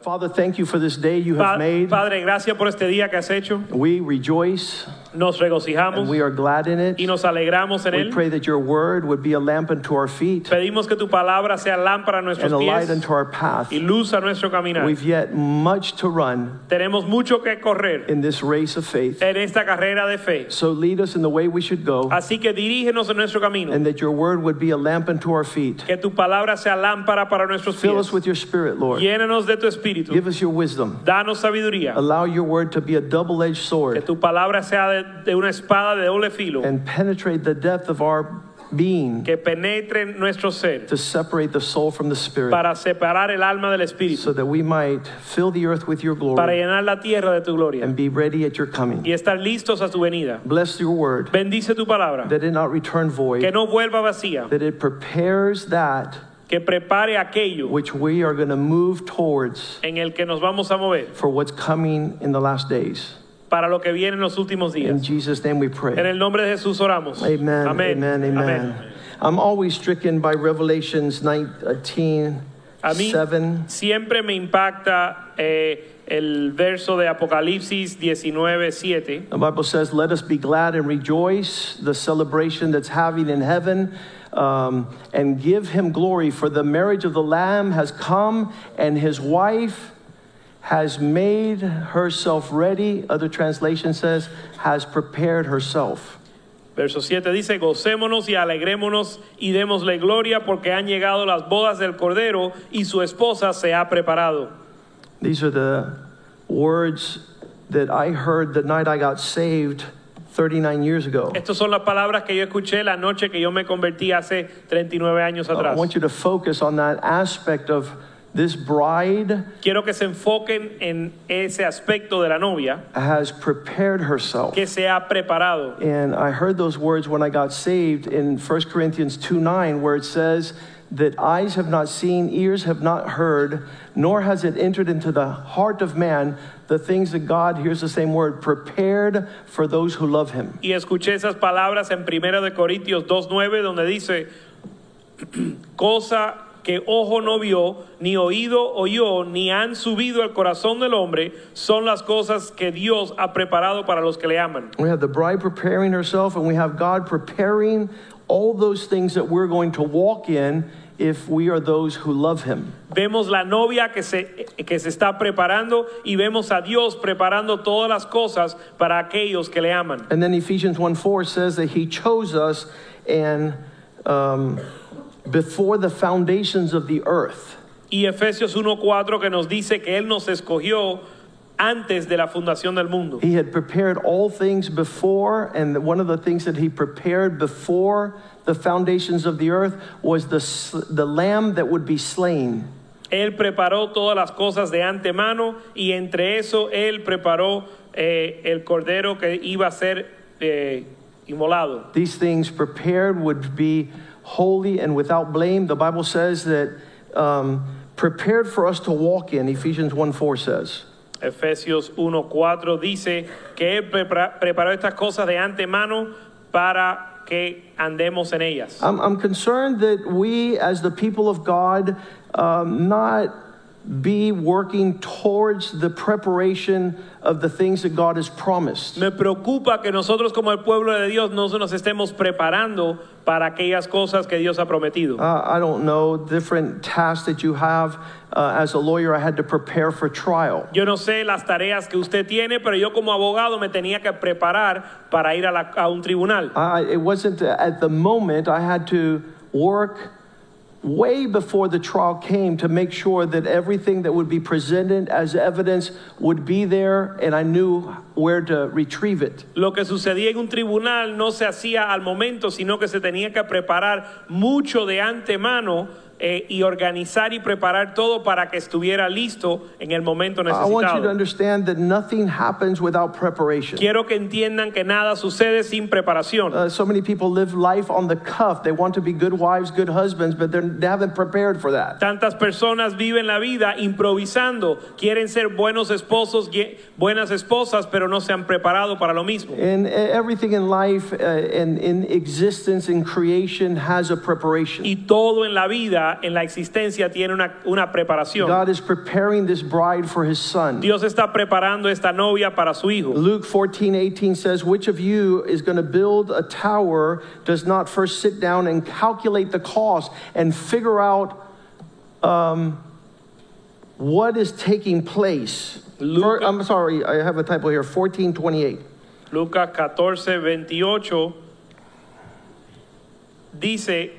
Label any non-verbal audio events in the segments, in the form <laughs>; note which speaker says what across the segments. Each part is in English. Speaker 1: Father, thank you for this day you have
Speaker 2: Pa-
Speaker 1: made.
Speaker 2: Padre, gracias por este día que has hecho.
Speaker 1: We rejoice
Speaker 2: Nos
Speaker 1: and
Speaker 2: regocijamos
Speaker 1: we are glad in
Speaker 2: y
Speaker 1: it.
Speaker 2: nos alegramos en
Speaker 1: We
Speaker 2: él.
Speaker 1: pray that your word would be a lamp unto our feet
Speaker 2: Pedimos que tu palabra sea lámpara a nuestros
Speaker 1: and a light
Speaker 2: pies
Speaker 1: unto our path.
Speaker 2: y luz a nuestro caminar.
Speaker 1: We've yet much to run
Speaker 2: Tenemos mucho que correr
Speaker 1: in this race of faith.
Speaker 2: en esta carrera de fe.
Speaker 1: So lead us in the way we should go
Speaker 2: Así que dirígenos en nuestro camino.
Speaker 1: and that your word would be a lamp unto our feet.
Speaker 2: Que tu palabra sea lámpara para nuestros
Speaker 1: Fill us
Speaker 2: pies.
Speaker 1: with your spirit, Lord.
Speaker 2: Llénanos de tu espíritu.
Speaker 1: Give us your wisdom.
Speaker 2: Danos sabiduría.
Speaker 1: Allow your word to be a double edged
Speaker 2: Que
Speaker 1: sword
Speaker 2: tu palabra sea de, de una espada de doble filo
Speaker 1: and penetrate the depth of our being
Speaker 2: que penetre en nuestro ser
Speaker 1: to separate the soul from the spirit
Speaker 2: para separar el alma del espíritu,
Speaker 1: so that we might fill the earth with your
Speaker 2: para
Speaker 1: glory.
Speaker 2: llenar la tierra de tu gloria.
Speaker 1: and be ready at your coming.
Speaker 2: y estar listos a tu venida.
Speaker 1: Bless your word
Speaker 2: Bendice tu palabra,
Speaker 1: that it not return
Speaker 2: que
Speaker 1: void,
Speaker 2: no vuelva vacía,
Speaker 1: that it prepares that
Speaker 2: que prepare aquello
Speaker 1: which we are going to move towards
Speaker 2: en el que nos vamos a mover
Speaker 1: for what's coming in the last days.
Speaker 2: para lo que viene en los últimos
Speaker 1: In
Speaker 2: días.
Speaker 1: Jesus' name we
Speaker 2: En
Speaker 1: pray.
Speaker 2: el nombre de Jesús oramos.
Speaker 1: Amen.
Speaker 2: Amén.
Speaker 1: Amen.
Speaker 2: Amén.
Speaker 1: Amen. I'm always stricken by Revelations uh, 19,
Speaker 2: A mí
Speaker 1: 7.
Speaker 2: siempre me impacta eh, el verso de Apocalipsis 19, 7.
Speaker 1: The Bible says, Let us be glad and rejoice, the celebration that's having in heaven, um, and give him glory, for the marriage of the Lamb has come, and his wife has made herself ready. Other translation says, has prepared herself.
Speaker 2: Verso 7 dice, gocémonos y alegrémonos y démosle gloria porque han llegado las bodas del Cordero y su esposa se ha preparado.
Speaker 1: These are the words that I heard the night I got saved 39 years ago.
Speaker 2: Estas son las palabras que yo escuché la noche que yo me convertí hace 39 años
Speaker 1: I
Speaker 2: atrás.
Speaker 1: want you to focus on that aspect of this bride
Speaker 2: Quiero que se enfoquen en ese aspecto de la novia
Speaker 1: has prepared herself.
Speaker 2: que se ha preparado.
Speaker 1: And I heard those words when I got saved in 1 Corinthians 2 9, where it says that eyes have not seen, ears have not heard, nor has it entered into the heart of man the things that God, here's the same word, prepared for those who love him.
Speaker 2: Y escuché esas palabras en 1 de Corintios 2.9 donde dice, <clears throat> cosa que ojo no vio, ni oído oyó, ni han subido al corazón del hombre, son las cosas que Dios ha preparado para los que le aman.
Speaker 1: We have the bride preparing herself, and we have God preparing all those things that we're going to walk in if we are those who love him.
Speaker 2: Vemos la novia que se, que se está preparando y vemos a Dios preparando todas las cosas para aquellos que le aman.
Speaker 1: And then Ephesians 1 4 says that he chose us and um, before the foundations of the earth.
Speaker 2: Y Efesios 1.4 que nos dice que Él nos escogió antes de la fundación del mundo.
Speaker 1: He had prepared all things before, and one of the things that he prepared before the foundations of the earth was the, s- the lamb that would be slain.
Speaker 2: Él preparó todas las cosas de antemano y entre eso Él preparó eh, el cordero que iba a ser eh, inmolado.
Speaker 1: These things prepared would be holy and without blame. The Bible says that um, prepared for us to walk in, Ephesians 1 4 says.
Speaker 2: Efesios 1.4 dice que Él prepara- preparó estas cosas de antemano para que andemos en ellas.
Speaker 1: I'm, I'm concerned that we, as the people of God, um, not be working towards the preparation of the things that God has promised.
Speaker 2: Me preocupa que nosotros como el pueblo de Dios no nos estemos preparando para aquellas cosas que Dios ha prometido.
Speaker 1: Uh, I don't know different tasks that you have. Uh, as a lawyer, I had to prepare for trial.
Speaker 2: Yo no sé las tareas que usted tiene, pero yo como abogado me tenía que preparar para ir a, la- a un tribunal.
Speaker 1: I, it wasn't uh, at the moment. I had to work way before the trial came to make sure that everything that would be presented as evidence would be there, and I knew where to retrieve it.
Speaker 2: Lo que sucedía en un tribunal no se hacía al momento, sino que se tenía que preparar mucho de antemano eh, y organizar y preparar todo para que estuviera listo en el momento
Speaker 1: I want you to
Speaker 2: necesitado.
Speaker 1: understand that nothing happens without preparation.
Speaker 2: Quiero que entiendan que nada sucede sin preparación.
Speaker 1: Uh, so many people live life on the cuff. They want to be good wives, good husbands, but they're, they haven't prepared for that.
Speaker 2: Tantas personas viven la vida improvisando, quieren ser buenos esposos, gui- buenas esposas, pero no se han preparado para lo mismo.
Speaker 1: And uh, everything in life uh, and in existence and creation has a preparation.
Speaker 2: Y todo en la vida, en la existencia, tiene una, una preparación.
Speaker 1: God is preparing this bride for his son.
Speaker 2: Dios está preparando esta novia para su hijo.
Speaker 1: Luke 14, 18 says, Which of you is going to build a tower does not first sit down and calculate the cost and figure out um, what is taking place?
Speaker 2: Luke-
Speaker 1: Fir- I'm sorry, I have a typo here. 14, 28.
Speaker 2: Lucas 14, 28 dice,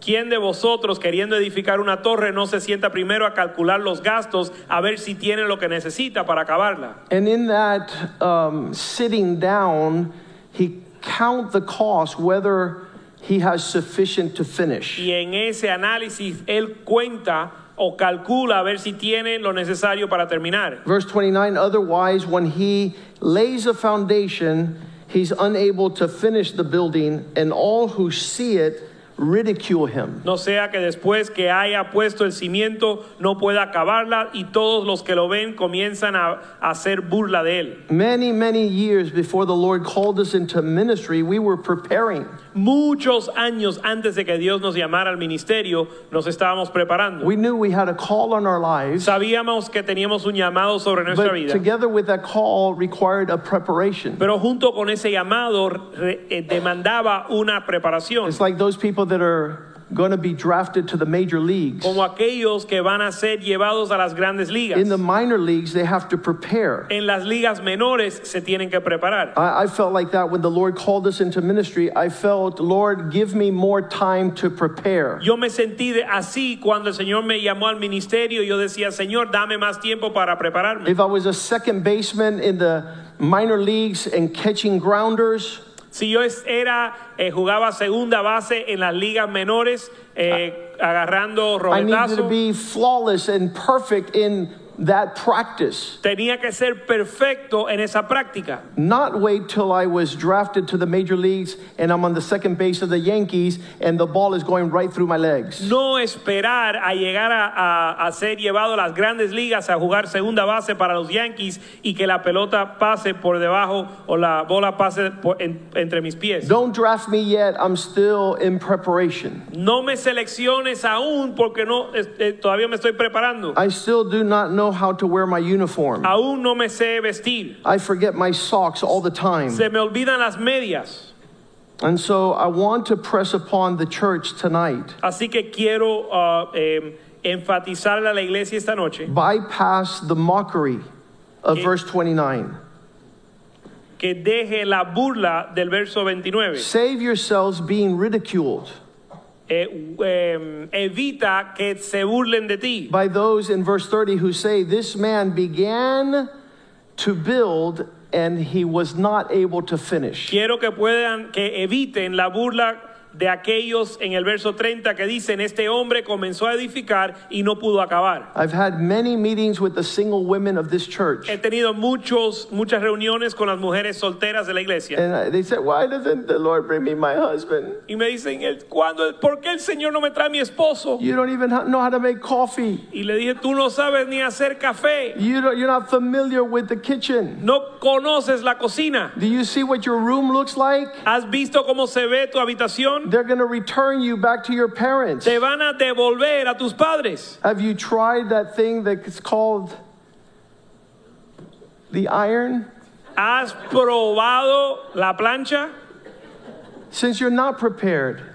Speaker 2: ¿quién de vosotros queriendo edificar una torre no se sienta primero a calcular los gastos, a ver si tiene lo que necesita para acabarla?
Speaker 1: And in that um, sitting down, he count the cost whether he has sufficient to finish.
Speaker 2: Y en ese análisis él cuenta o calcula a ver si tiene lo necesario para terminar.
Speaker 1: Verse 29 Otherwise, when he lays a foundation, he's unable to finish the building, and all who see it ridicule him.
Speaker 2: No sea que después que haya puesto el cimiento no pueda acabarla y todos los que lo ven comienzan a, a hacer burla de él.
Speaker 1: Many, many years before the Lord called us into ministry, we were preparing.
Speaker 2: Muchos años antes de que Dios nos llamara al ministerio, nos estábamos preparando.
Speaker 1: We knew we had a call on our lives,
Speaker 2: Sabíamos que teníamos un llamado sobre nuestra
Speaker 1: but
Speaker 2: vida.
Speaker 1: together with that call required a preparation.
Speaker 2: Pero junto con ese llamado re- eh, demandaba una preparación.
Speaker 1: It's like those people that are going to be drafted to the major leagues.
Speaker 2: Como aquellos que van a ser llevados a las grandes ligas.
Speaker 1: In the minor leagues, they have to prepare.
Speaker 2: en las ligas menores se tienen que preparar.
Speaker 1: I, I felt like that when the Lord called us into ministry. I felt, Lord, give me more time to prepare.
Speaker 2: Yo me sentí de- así cuando el Señor me llamó al ministerio. Yo decía, Señor, dame más tiempo para prepararme.
Speaker 1: If I was a second baseman in the minor leagues and catching grounders,
Speaker 2: Si yo es- era, eh, jugaba segunda base en las ligas menores, eh, agarrando
Speaker 1: I needed
Speaker 2: roletazo,
Speaker 1: to be flawless and perfect in that practice.
Speaker 2: tenía que ser perfecto en esa práctica.
Speaker 1: Not wait till I was drafted to the major leagues and I'm on the second base of the Yankees and the ball is going right through my legs.
Speaker 2: No esperar a llegar a, a- a ser llevado a las grandes ligas a jugar segunda base para los Yankees y que la pelota pase por debajo o la bola pase por- en- entre mis pies.
Speaker 1: Don't draft me yet. I'm still in preparation.
Speaker 2: No me selecciones aún porque no es- eh, todavía me estoy preparando.
Speaker 1: I still do not know how to wear my uniform.
Speaker 2: aún no me sé vestir.
Speaker 1: I forget my socks all the time.
Speaker 2: Se me olvidan las medias.
Speaker 1: And so I want to press upon the church tonight.
Speaker 2: Así que quiero ah, eh, enfatizarle a la iglesia esta noche
Speaker 1: Bypass the mockery of
Speaker 2: Okay.
Speaker 1: verse 29.
Speaker 2: que deje la burla del verso 29.
Speaker 1: Save yourselves being ridiculed
Speaker 2: Eh, eh, evita que se burlen de ti.
Speaker 1: by those in verse 30 who say, This man began to build and he was not able to finish.
Speaker 2: Quiero que puedan, que eviten la burla de aquellos en el verso 30 que dicen, este hombre comenzó a edificar y no pudo acabar.
Speaker 1: I've had many meetings with the single women of this church.
Speaker 2: He tenido muchos, muchas reuniones con las mujeres solteras de la iglesia.
Speaker 1: And I- they said, Why doesn't the Lord bring me my husband?
Speaker 2: Y me dicen, "El- ¿cuándo, ¿por qué el Señor no me trae mi esposo?
Speaker 1: You don't even ha- know how to make coffee.
Speaker 2: Y le dije, tú no sabes ni hacer café,
Speaker 1: You don't, you're not familiar with the kitchen.
Speaker 2: no conoces la cocina.
Speaker 1: Do you see what your room looks like?
Speaker 2: ¿Has visto cómo se ve tu habitación?
Speaker 1: They're going to return you back to your parents.
Speaker 2: Te van a devolver a tus padres.
Speaker 1: Have you tried that thing that's called the iron?
Speaker 2: ¿Has probado la plancha?
Speaker 1: Since you're not prepared,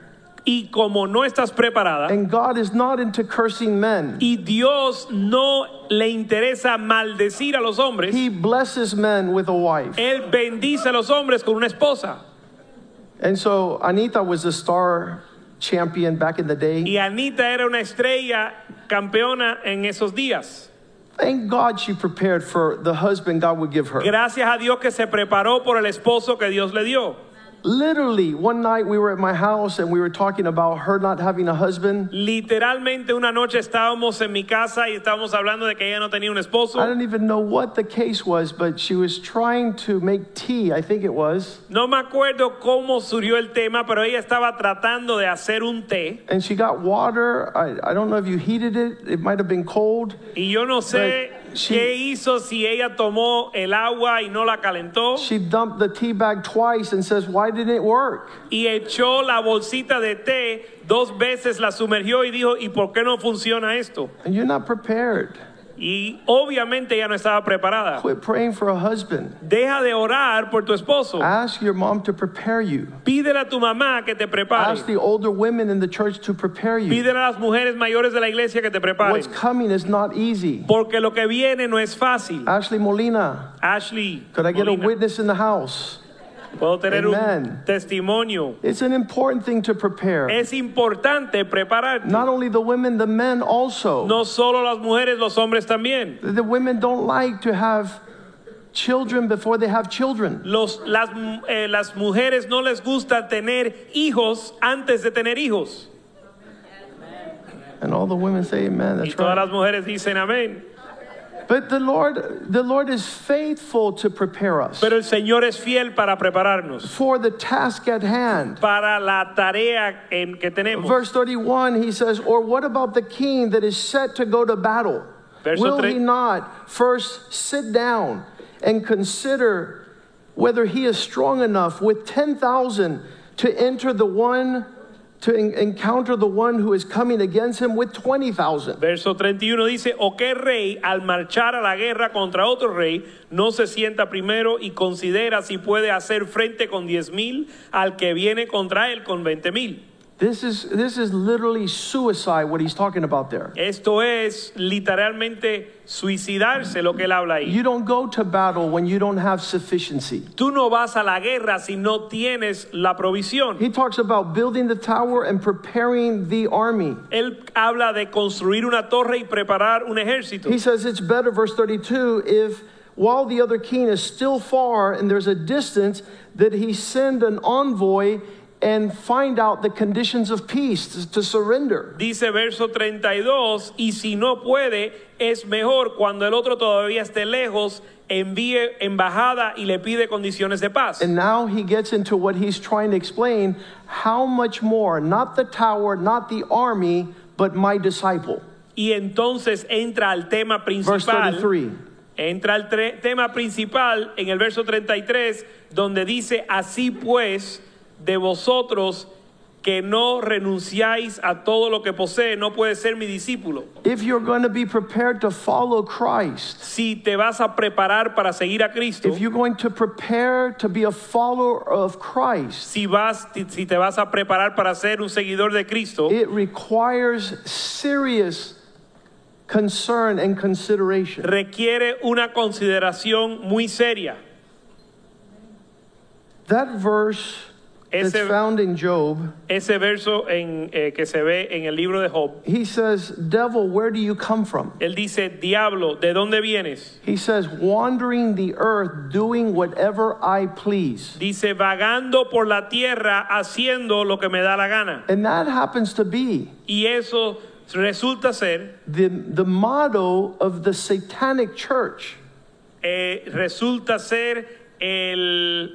Speaker 2: Y como no estás preparada,
Speaker 1: and God is not into cursing men,
Speaker 2: y Dios no le interesa maldecir a los hombres,
Speaker 1: He blesses men with a wife.
Speaker 2: Él bendice a los hombres con una esposa.
Speaker 1: And so Anita was a star champion back in the day.
Speaker 2: Y Anita era una estrella campeona en esos días.
Speaker 1: Thank God she prepared for the husband God would give her.
Speaker 2: Gracias a Dios que se preparó por el esposo que Dios le dio.
Speaker 1: literally, one night we were at my house and we were talking about her not having a husband.
Speaker 2: Literalmente una noche estábamos en mi casa y estábamos hablando de que ella no tenía un
Speaker 1: I
Speaker 2: esposo.
Speaker 1: don't even know what the case was, but she was trying to make tea, I think it was.
Speaker 2: No me acuerdo cómo surgió el tema, pero ella estaba tratando de hacer un té
Speaker 1: And she got water. I, I don't know if you heated it, it might have been cold.
Speaker 2: y yo no sé
Speaker 1: Right. She-
Speaker 2: qué hizo si ella tomó el agua y no la calentó
Speaker 1: She dumped the tea bag twice and says, Why didn't it work?
Speaker 2: y echó la bolsita de té dos veces, la sumergió y dijo, ¿y por qué no funciona esto?
Speaker 1: And you're not prepared.
Speaker 2: Y obviamente ella no estaba preparada.
Speaker 1: Quit praying for a husband.
Speaker 2: Deja de orar por tu esposo.
Speaker 1: Ask your mom to prepare you.
Speaker 2: Pídele a tu mamá que te prepare.
Speaker 1: Ask the older women in the church to prepare you.
Speaker 2: Pídele a las mujeres mayores de la iglesia que te preparen.
Speaker 1: What's coming is not easy.
Speaker 2: Porque lo que viene no es fácil.
Speaker 1: Ashley Molina,
Speaker 2: Ashley,
Speaker 1: Ah. could I get a
Speaker 2: Molina,
Speaker 1: witness in the house?
Speaker 2: puedo tener un
Speaker 1: Amen.
Speaker 2: testimonio.
Speaker 1: It's an important thing to prepare.
Speaker 2: Es importante preparar.
Speaker 1: Not only the women, the men also.
Speaker 2: No solo las mujeres, los hombres también.
Speaker 1: The women don't like to have children before they have children.
Speaker 2: Los, las, mu- eh, las mujeres no les gusta tener hijos antes de tener hijos.
Speaker 1: And all the women say amen.
Speaker 2: Y
Speaker 1: That's
Speaker 2: todas
Speaker 1: right.
Speaker 2: las mujeres dicen amén.
Speaker 1: But the Lord, the Lord is faithful to prepare us
Speaker 2: Pero el Señor es fiel para prepararnos.
Speaker 1: for the task at hand.
Speaker 2: Para la tarea en que tenemos.
Speaker 1: Verse 31, he says, Or what about the king that is set to go to battle?
Speaker 2: Verso
Speaker 1: Will
Speaker 2: tre-
Speaker 1: he not first sit down and consider whether he is strong enough with 10,000 to enter the one, to en- encounter the one who is coming against him with 20,000?
Speaker 2: Verso 31 dice, o qué rey al marchar a la guerra contra otro rey no se sienta primero y considera si puede hacer frente con 10 mil al que viene contra él con 20 mil.
Speaker 1: This is, this is literally suicide, what he's talking about there.
Speaker 2: Esto es literalmente suicidarse lo que él habla ahí.
Speaker 1: You don't go to battle when you don't have sufficiency.
Speaker 2: Tú no vas a la guerra si no tienes la provisión.
Speaker 1: He talks about building the tower and preparing the army.
Speaker 2: Él habla de construir una torre y preparar un ejército.
Speaker 1: He says it's better, verse 32, if while the other king is still far and there's a distance, that he send an envoy and find out the conditions of peace to, to surrender.
Speaker 2: Dice verso 32, y si no puede, es mejor cuando el otro todavía esté lejos, envíe embajada y le pide condiciones de paz.
Speaker 1: And now he gets into what he's trying to explain how much more, not the tower, not the army, but my disciple.
Speaker 2: Y entonces entra al tema
Speaker 1: Verse
Speaker 2: principal.
Speaker 1: 33.
Speaker 2: Entra al tre- tema principal en el verso 33, donde dice, así pues, de vosotros que no renunciáis a todo lo que posee, no puede ser mi discípulo.
Speaker 1: If you're going to be prepared to follow Christ,
Speaker 2: Si te vas a preparar para seguir a Cristo,
Speaker 1: if you're going to prepare to be a follower of Christ,
Speaker 2: si vas si te vas a preparar para ser un seguidor de Cristo
Speaker 1: It requires serious concern and consideration.
Speaker 2: requiere una consideración muy seria.
Speaker 1: That verse that's
Speaker 2: Ese-
Speaker 1: found in Job,
Speaker 2: Ese verso en, eh, que se ve en el libro de Job,
Speaker 1: he says, Devil, where do you come from?
Speaker 2: él dice, diablo, ¿de dónde vienes?
Speaker 1: He says, Wandering the earth, doing whatever I please.
Speaker 2: Dice, vagando por la tierra haciendo lo que me da la gana.
Speaker 1: And that happens to be
Speaker 2: Y eso resulta ser,
Speaker 1: the, the motto of the satanic church.
Speaker 2: eh, resulta ser el,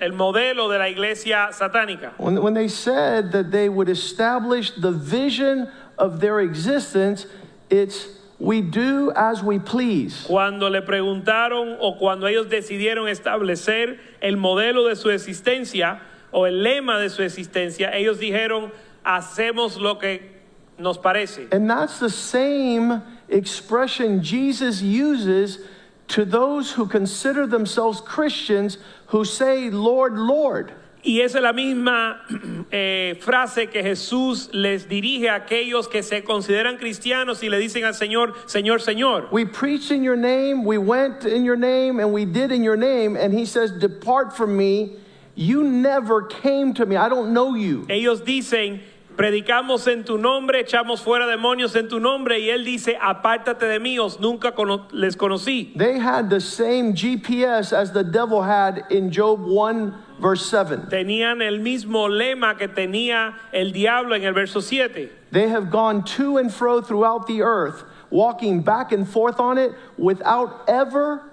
Speaker 2: el modelo de la iglesia satánica.
Speaker 1: When, when they said that they would establish the vision of their existence, it's we do as we please.
Speaker 2: Cuando le preguntaron o cuando ellos decidieron establecer el modelo de su existencia o el lema de su existencia, ellos dijeron, hacemos lo que nos parece.
Speaker 1: And that's the same expression Jesus uses to those who consider themselves Christians who say, Lord, Lord.
Speaker 2: Y esa es la misma <clears throat> eh, frase que Jesús les dirige a aquellos que se consideran cristianos y le dicen al Señor, Señor, Señor.
Speaker 1: We preached in your name, we went in your name, and we did in your name. And he says, Depart from me. You never came to me. I don't know you.
Speaker 2: Ellos dicen, Predicamos en tu nombre, echamos fuera demonios en tu nombre y él dice, apártate de mí, os nunca cono- les conocí.
Speaker 1: They had the same GPS as the devil had in Job 1, verse 7.
Speaker 2: Tenían el mismo lema que tenía el diablo en el verso 7.
Speaker 1: They have gone to and fro throughout the earth, walking back and forth on it without ever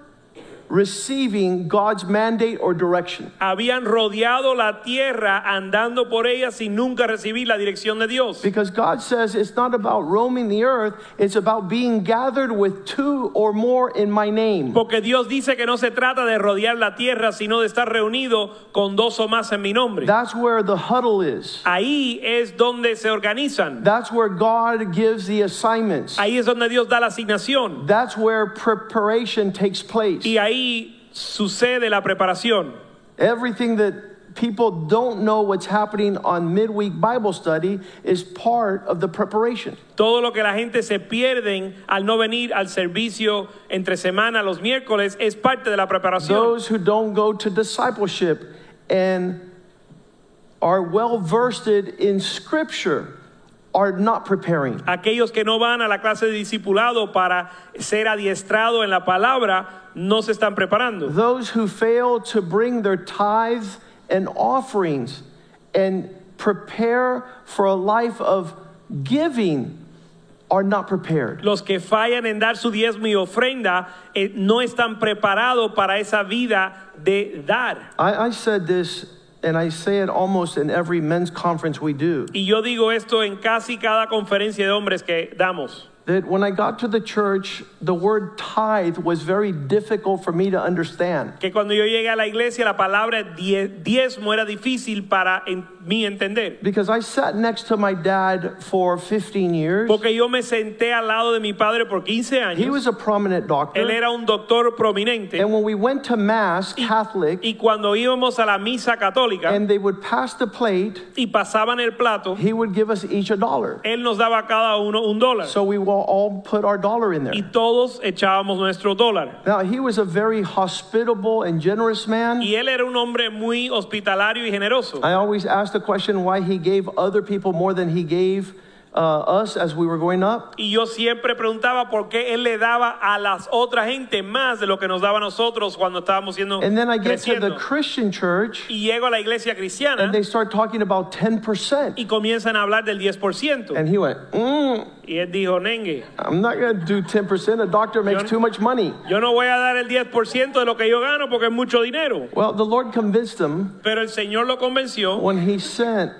Speaker 1: receiving God's mandate or direction.
Speaker 2: Habían rodeado la tierra andando por ella sin nunca recibir la dirección de Dios.
Speaker 1: Because God says it's not about roaming the earth, it's about being gathered with two or more in my name.
Speaker 2: Porque Dios dice que no se trata de rodear la tierra, sino de estar reunido con dos o más en mi nombre.
Speaker 1: That's where the huddle is.
Speaker 2: Ahí es donde se organizan.
Speaker 1: That's where God gives the assignments.
Speaker 2: Ahí es donde Dios da la asignación.
Speaker 1: That's where preparation takes place.
Speaker 2: Y ahí sucede la preparación.
Speaker 1: Everything that people don't know what's happening on midweek Bible study is part of the preparation.
Speaker 2: Todo lo que la gente se pierden al no venir al servicio entre semana los miércoles es parte de la preparación.
Speaker 1: Those who don't go to discipleship and are well versed in scripture are not preparing.
Speaker 2: Aquellos que no van a la clase de discipulado para ser adiestrado en la palabra no se están preparando.
Speaker 1: Those who fail to bring their tithes and offerings and prepare for a life of giving are not prepared.
Speaker 2: Los que fallan en dar su diezmo y ofrenda eh, no están preparados para esa vida de dar.
Speaker 1: I, I said this, and I say it almost in every men's conference we do.
Speaker 2: Y yo digo esto en casi cada conferencia de hombres que damos.
Speaker 1: that when I got to the church, the word tithe was very difficult for me to understand.
Speaker 2: Que cuando yo llegué a la iglesia la palabra die- diezmo era difícil para en- mí entender.
Speaker 1: Because I sat next to my dad for 15 years.
Speaker 2: Porque yo me senté al lado de mi padre por 15
Speaker 1: He
Speaker 2: años.
Speaker 1: was a prominent
Speaker 2: Él
Speaker 1: doctor.
Speaker 2: era un doctor prominente.
Speaker 1: And when we went to Mass, Catholic,
Speaker 2: Y cuando íbamos a la misa católica
Speaker 1: and they would pass the plate,
Speaker 2: y pasaban el plato,
Speaker 1: he would give us each a dollar.
Speaker 2: él nos daba a cada uno un dólar.
Speaker 1: So we will all put our dollar in
Speaker 2: Y
Speaker 1: there.
Speaker 2: todos echábamos nuestro dólar.
Speaker 1: Now, he was a very hospitable and generous man.
Speaker 2: Y él era un hombre muy hospitalario y generoso.
Speaker 1: I always asked the question why he gave other people more than he gave uh, us as we were growing up.
Speaker 2: Y yo siempre preguntaba por qué él le daba a las otras gente más de lo que nos daba a nosotros cuando estábamos siendo
Speaker 1: And then I get to the
Speaker 2: creciendo.
Speaker 1: Christian church
Speaker 2: Y llego a la iglesia cristiana
Speaker 1: and they start talking about 10%.
Speaker 2: y comienzan a hablar del 10%.
Speaker 1: And he went, mm,
Speaker 2: y él dijo, Nengue,
Speaker 1: I'm not going to do 10%. A doctor makes too much money.
Speaker 2: yo no voy a dar el 10% de lo que yo gano porque es mucho dinero.
Speaker 1: Well, the Lord convinced him
Speaker 2: Pero el Señor lo convenció
Speaker 1: when he sent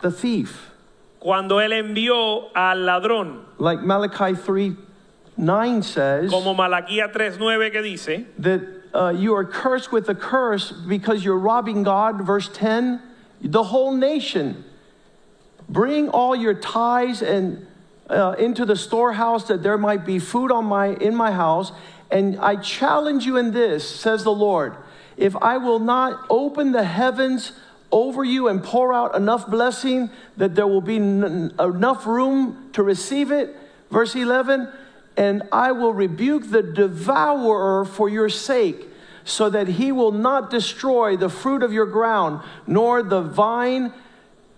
Speaker 1: the thief,
Speaker 2: cuando él envió al ladrón,
Speaker 1: like Malachi 3 9 says,
Speaker 2: como Malaquía 3.9 que dice,
Speaker 1: that uh, you are cursed with a curse because you're robbing God. Verse 10, the whole nation. Bring all your tithes and uh, into the storehouse that there might be food on my in my house. And I challenge you in this, says the Lord, if I will not open the heavens over you and pour out enough blessing that there will be n- enough room to receive it. Verse 11, and I will rebuke the devourer for your sake so that he will not destroy the fruit of your ground, nor the vine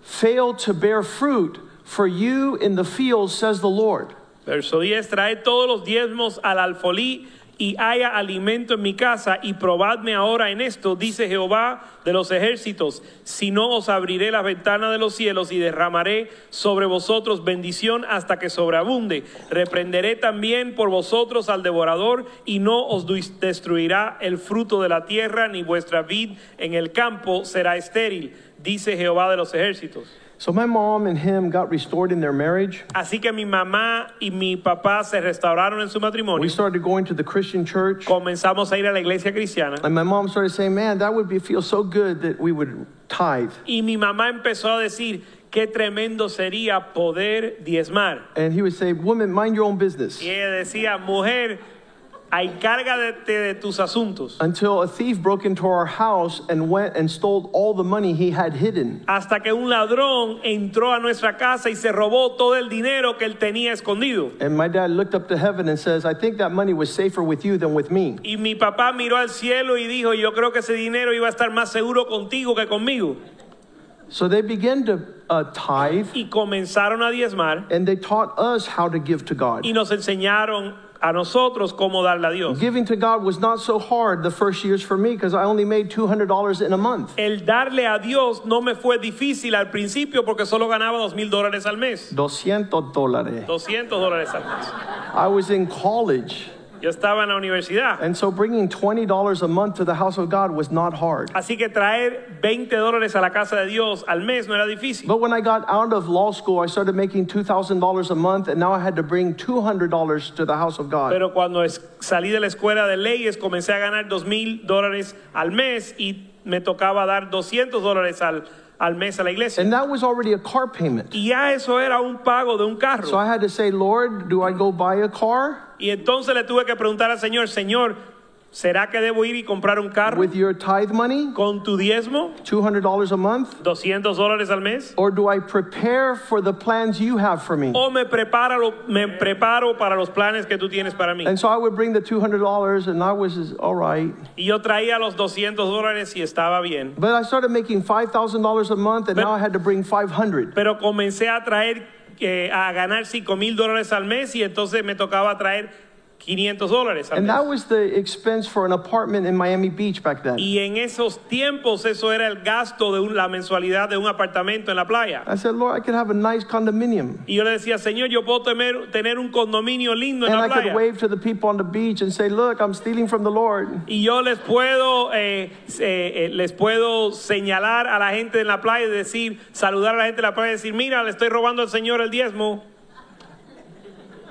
Speaker 1: fail to bear fruit for you in the field, says the Lord.
Speaker 2: Verso 10, trae todos los diezmos al alfolí y haya alimento en mi casa y probadme ahora en esto, dice Jehová de los ejércitos, si no os abriré las ventanas de los cielos y derramaré sobre vosotros bendición hasta que sobreabunde. Reprenderé también por vosotros al devorador y no os du- destruirá el fruto de la tierra ni vuestra vid en el campo será estéril, dice Jehová de los ejércitos.
Speaker 1: So my mom and him got restored in their marriage.
Speaker 2: Así que mi mamá y mi papá se restauraron en su matrimonio.
Speaker 1: We started going to the Christian church.
Speaker 2: comenzamos a ir a la iglesia cristiana
Speaker 1: And my mom started saying, Man, that would be, feel so good that we would tithe.
Speaker 2: y mi mamá empezó a decir qué tremendo sería poder diezmar.
Speaker 1: And he would say, Woman, mind your own business.
Speaker 2: Y ella decía, mujer, encárgate de tus asuntos.
Speaker 1: Until a thief broke into our house and went and stole all the money he had hidden.
Speaker 2: Hasta que un ladrón entró a nuestra casa y se robó todo el dinero que él tenía escondido.
Speaker 1: And my dad looked up to heaven and says, I think that money was safer with you than with me.
Speaker 2: Y mi papá miró al cielo y dijo, yo creo que ese dinero iba a estar más seguro contigo que conmigo.
Speaker 1: So they began to uh, tithe
Speaker 2: y comenzaron a diezmar
Speaker 1: and they taught us how to give to God.
Speaker 2: y nos enseñaron a nosotros cómo darle a Dios.
Speaker 1: Giving to God was not so hard the first years for me because I only made $200 in a month.
Speaker 2: El darle a Dios no me fue difícil al principio porque solo ganaba dos mil dólares al mes.
Speaker 1: 200 dólares.
Speaker 2: 200 dólares al mes.
Speaker 1: I was in college,
Speaker 2: Yo estaba en la universidad.
Speaker 1: and so bringing $20 a month to the house of God was not hard.
Speaker 2: Así que traer 20 dólares a la casa de Dios al mes no era difícil.
Speaker 1: But when I got out of law school, I started making $2,000 a month, and now I had to bring $200 to the house of God.
Speaker 2: Pero cuando es- salí de la escuela de leyes comencé a ganar dos mil dólares al mes y me tocaba dar 200 dólares al, al mes a la iglesia.
Speaker 1: And that was already a car payment.
Speaker 2: Y ya eso era un pago de un
Speaker 1: So
Speaker 2: carro.
Speaker 1: I had to say, Lord, do I go buy a car?
Speaker 2: Y entonces le tuve que preguntar al Señor, Señor, ¿será que debo ir y comprar un carro
Speaker 1: with your tithe money,
Speaker 2: con tu diezmo?
Speaker 1: $200 a month?
Speaker 2: 200 dólares al mes.
Speaker 1: Or do I prepare for the plans you have for me?
Speaker 2: O me preparo, me preparo para los planes que tú tienes para mí.
Speaker 1: And so I would bring the $200 and I was just, all right.
Speaker 2: Y yo traía los 200 dólares y estaba bien.
Speaker 1: But I started making $5,000 a month and
Speaker 2: But-
Speaker 1: now I had to bring 500.
Speaker 2: Pero comencé a traer, eh, a ganar 5 mil dólares al mes y entonces me tocaba traer 500 dólares al
Speaker 1: And that
Speaker 2: mes.
Speaker 1: was the expense for an apartment in Miami Beach back then.
Speaker 2: Y en esos tiempos eso era el gasto de un- la mensualidad de un apartamento en la playa.
Speaker 1: I said, Lord, I could have a nice condominium.
Speaker 2: Y yo le decía, Señor, yo puedo temer- tener un condominio lindo en
Speaker 1: And
Speaker 2: la
Speaker 1: I could
Speaker 2: playa.
Speaker 1: wave to the people on the beach and say, look, I'm stealing from the Lord.
Speaker 2: Y yo les puedo, eh, eh, eh, les puedo señalar a la gente en la playa y decir, saludar a la gente en la playa y decir, mira, le estoy robando al Señor el diezmo.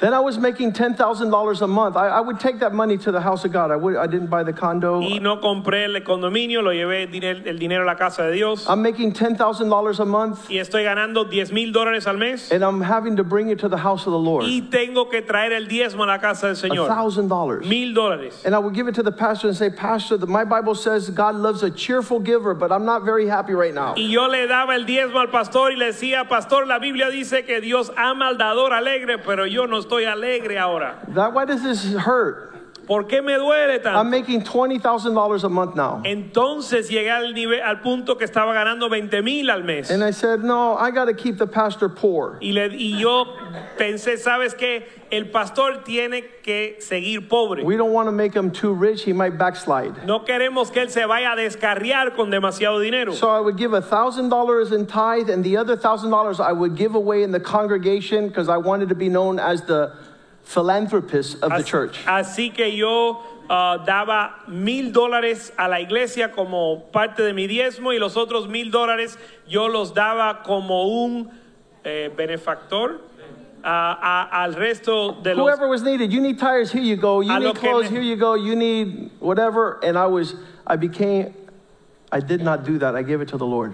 Speaker 1: Then I was making $10,000 a month. I, I would take that money to the house of God. I, would, I didn't buy the condo.
Speaker 2: Y no compré el condominio, lo llevé el dinero, el dinero a la casa de Dios.
Speaker 1: I'm making $10,000 a month.
Speaker 2: Y estoy ganando 10 mil dólares al mes.
Speaker 1: and I'm having to bring it to the house of the Lord.
Speaker 2: Y tengo que traer el diezmo a la casa del
Speaker 1: A
Speaker 2: E Señor.
Speaker 1: thousand dollars.
Speaker 2: Mil dólares.
Speaker 1: And I would give it to the pastor and say, Pastor, the, my Bible says God loves a cheerful giver, but I'm not very happy right now.
Speaker 2: Y yo le daba el diezmo al pastor y le decía, pastor, la Biblia dice que Dios ama al dador alegre, pero yo no estoy alegre ahora.
Speaker 1: That why does this hurt?
Speaker 2: ¿Por qué me duele tanto?
Speaker 1: I'm making twenty thousand dollars a month now.
Speaker 2: Entonces llegué al, nivel, al punto que estaba ganando 20 mil al mes.
Speaker 1: And I said, No, I gotta keep the pastor poor.
Speaker 2: Y, le- y yo pensé, ¿sabes qué? El pastor tiene que seguir pobre.
Speaker 1: We don't want to make him too rich, he might backslide.
Speaker 2: No queremos que él se vaya a descarriar con demasiado dinero.
Speaker 1: So I would give a thousand dollars in tithe, and the other thousand dollars I would give away in the congregation because I wanted to be known as the philanthropist of the
Speaker 2: Así,
Speaker 1: church.
Speaker 2: así que yo ah, daba mil dólares a la iglesia como parte de mi diezmo y los otros mil dólares yo los daba como un eh, benefactor a- a- al resto de los
Speaker 1: Whoever was needed, you need tires, here you go. You
Speaker 2: A lo
Speaker 1: need
Speaker 2: que
Speaker 1: clothes,
Speaker 2: ne-
Speaker 1: here you go. You need whatever. And I was, I became, I did not do that. I gave it to the Lord.